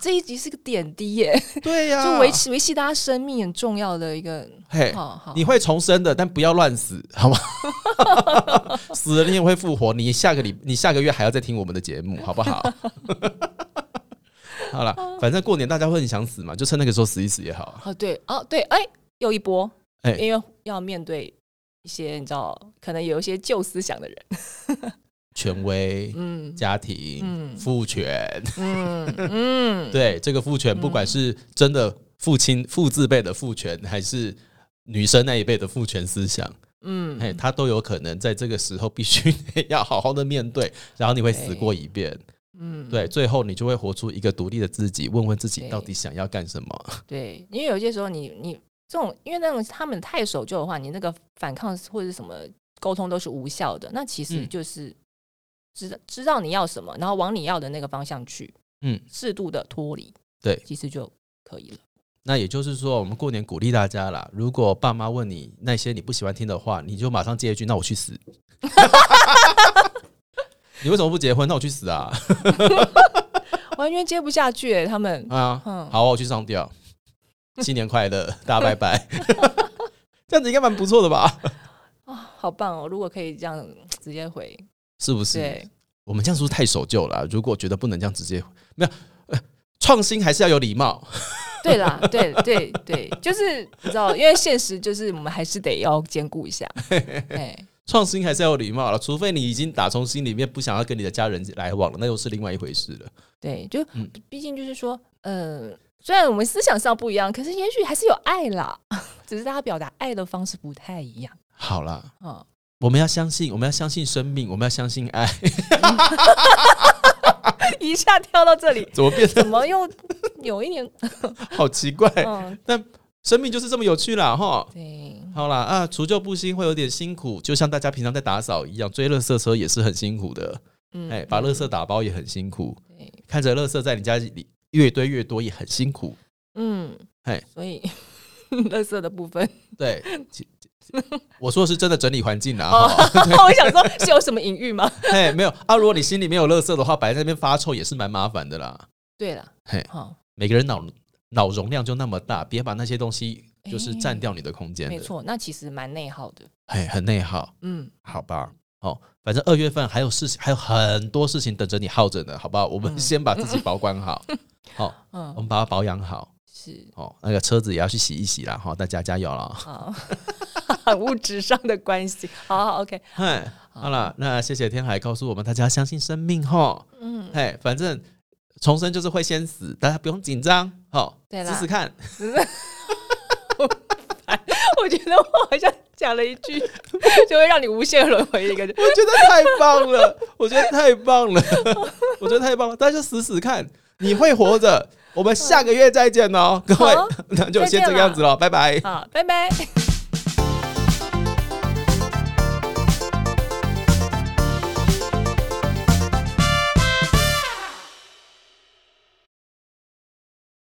[SPEAKER 1] 这一集是个点滴耶，
[SPEAKER 2] 对呀、
[SPEAKER 1] 就维持哦维系大家生命很重要的一个。
[SPEAKER 2] 嘿，
[SPEAKER 1] 好好，
[SPEAKER 2] 你会重生的，但不要乱死，好吗？ 死了你也会复活，你下个礼，你下个月还要再听我们的节目，好不好？ 好了，反正过年大家会很想死嘛，就趁那个时候死一死也好啊。
[SPEAKER 1] 哦对哦对，哎，又一波，
[SPEAKER 2] 哎
[SPEAKER 1] 因为要面对一些你知道，可能有一些旧思想的人。
[SPEAKER 2] 权威、
[SPEAKER 1] 嗯
[SPEAKER 2] 哎家庭、
[SPEAKER 1] 嗯
[SPEAKER 2] 父权，
[SPEAKER 1] 嗯 嗯，
[SPEAKER 2] 对这个父权，不管是真的父亲、父字辈的父权，还是女生那一辈的父权思想，
[SPEAKER 1] 嗯，
[SPEAKER 2] 哎，他都有可能在这个时候必须 要好好的面对，然后你会死过一遍。
[SPEAKER 1] 嗯
[SPEAKER 2] 对，最后你就会活出一个独立的自己，问问自己
[SPEAKER 1] 对
[SPEAKER 2] 到底想要干什么。
[SPEAKER 1] 对，因为有些时候你你这种，因为那种他们太守旧的话，你那个反抗或者是什么沟通都是无效的。那其实
[SPEAKER 2] 嗯
[SPEAKER 1] 就是知道、知道你要什么，然后往你要的那个方向去，
[SPEAKER 2] 嗯，
[SPEAKER 1] 适度的脱离，
[SPEAKER 2] 对
[SPEAKER 1] 其实就可以了。
[SPEAKER 2] 那也就是说，我们过年鼓励大家啦，如果爸妈问你那些你不喜欢听的话，你就马上接一句：“那我去死。” 你为什么不结婚？那我去死啊！
[SPEAKER 1] 完全接不下去、欸，他们
[SPEAKER 2] 啊，
[SPEAKER 1] 嗯
[SPEAKER 2] 好，我去上吊。新年快乐，大家拜拜。 这样子应该蛮不错的吧？
[SPEAKER 1] 啊、好棒哦！如果可以这样直接回，
[SPEAKER 2] 是不是？
[SPEAKER 1] 对，
[SPEAKER 2] 我们这样是不是太守旧了啊、如果觉得不能这样直接，没有。呃创新还是要有礼貌，
[SPEAKER 1] 对啦，对对对，就是你知道，因为现实就是我们还是得要兼顾一下。哎，
[SPEAKER 2] 创新还是要有礼貌了。除非你已经打从心里面不想要跟你的家人来往了，那又是另外一回事了。
[SPEAKER 1] 对，就
[SPEAKER 2] 嗯
[SPEAKER 1] 毕竟就是说，呃，虽然我们思想上不一样，可是也许还是有爱啦， 只是大家表达爱的方式不太一样。
[SPEAKER 2] 好啦，
[SPEAKER 1] 嗯，
[SPEAKER 2] 我们要相信，我们要相信生命，我们要相信爱。
[SPEAKER 1] 一下跳到这里，
[SPEAKER 2] 怎么变得
[SPEAKER 1] 怎么又有一点？
[SPEAKER 2] 好奇怪？
[SPEAKER 1] 嗯，
[SPEAKER 2] 生命就是这么有趣啦，哈。
[SPEAKER 1] 对，
[SPEAKER 2] 好啦，啊，除旧布新会有点辛苦，就像大家平常在打扫一样，追垃圾车也是很辛苦的。
[SPEAKER 1] 嗯，
[SPEAKER 2] 哎、把垃圾打包也很辛苦，
[SPEAKER 1] 对，
[SPEAKER 2] 看着垃圾在你家里越堆越多也很辛苦。
[SPEAKER 1] 嗯，
[SPEAKER 2] 哎
[SPEAKER 1] 所以 垃圾的部分，
[SPEAKER 2] 对，其其我说的是真的整理环境啦。
[SPEAKER 1] 哦
[SPEAKER 2] 哈
[SPEAKER 1] 我想说是有什么隐喻吗？
[SPEAKER 2] 哎、没有啊，如果你心里没有垃圾的话，摆在那边发臭也是蛮麻烦的啦。
[SPEAKER 1] 对哦了
[SPEAKER 2] 嘿，
[SPEAKER 1] 好，
[SPEAKER 2] 每个人脑脑容量就那么大，别把那些东西就是
[SPEAKER 1] 哎
[SPEAKER 2] 占掉你的空间
[SPEAKER 1] 没
[SPEAKER 2] 的，
[SPEAKER 1] 错，那其实蛮内耗的。
[SPEAKER 2] 哎、很内耗。
[SPEAKER 1] 嗯，
[SPEAKER 2] 好吧，哦，反正二月份还有事情，还有很多事情等着你耗着呢，好不好？我们
[SPEAKER 1] 嗯
[SPEAKER 2] 先把自己保管 好，好、我
[SPEAKER 1] 嗯，
[SPEAKER 2] 们把它保养好，
[SPEAKER 1] 是
[SPEAKER 2] 哦，那个车子也要去洗一洗啦，好、大家加油了。
[SPEAKER 1] 好，物质上的关系，好好，OK，
[SPEAKER 2] 嗨，好
[SPEAKER 1] 啊
[SPEAKER 2] 了，那谢谢天海告诉我们，大家相信生命哈，
[SPEAKER 1] 嗯，
[SPEAKER 2] 嘿，反正重生就是会先死，大家不用紧张，好、
[SPEAKER 1] 对啦
[SPEAKER 2] 试试看，
[SPEAKER 1] 我觉得我好像讲了一句，就会让你无限轮回的一个，
[SPEAKER 2] 我觉得太棒了， 我觉得太 棒了，我觉得太棒了，大家就死死看，你会活着。我们下个月再见哦，各位
[SPEAKER 1] 好，
[SPEAKER 2] 那就先这个样子了，拜拜。
[SPEAKER 1] 好，拜拜。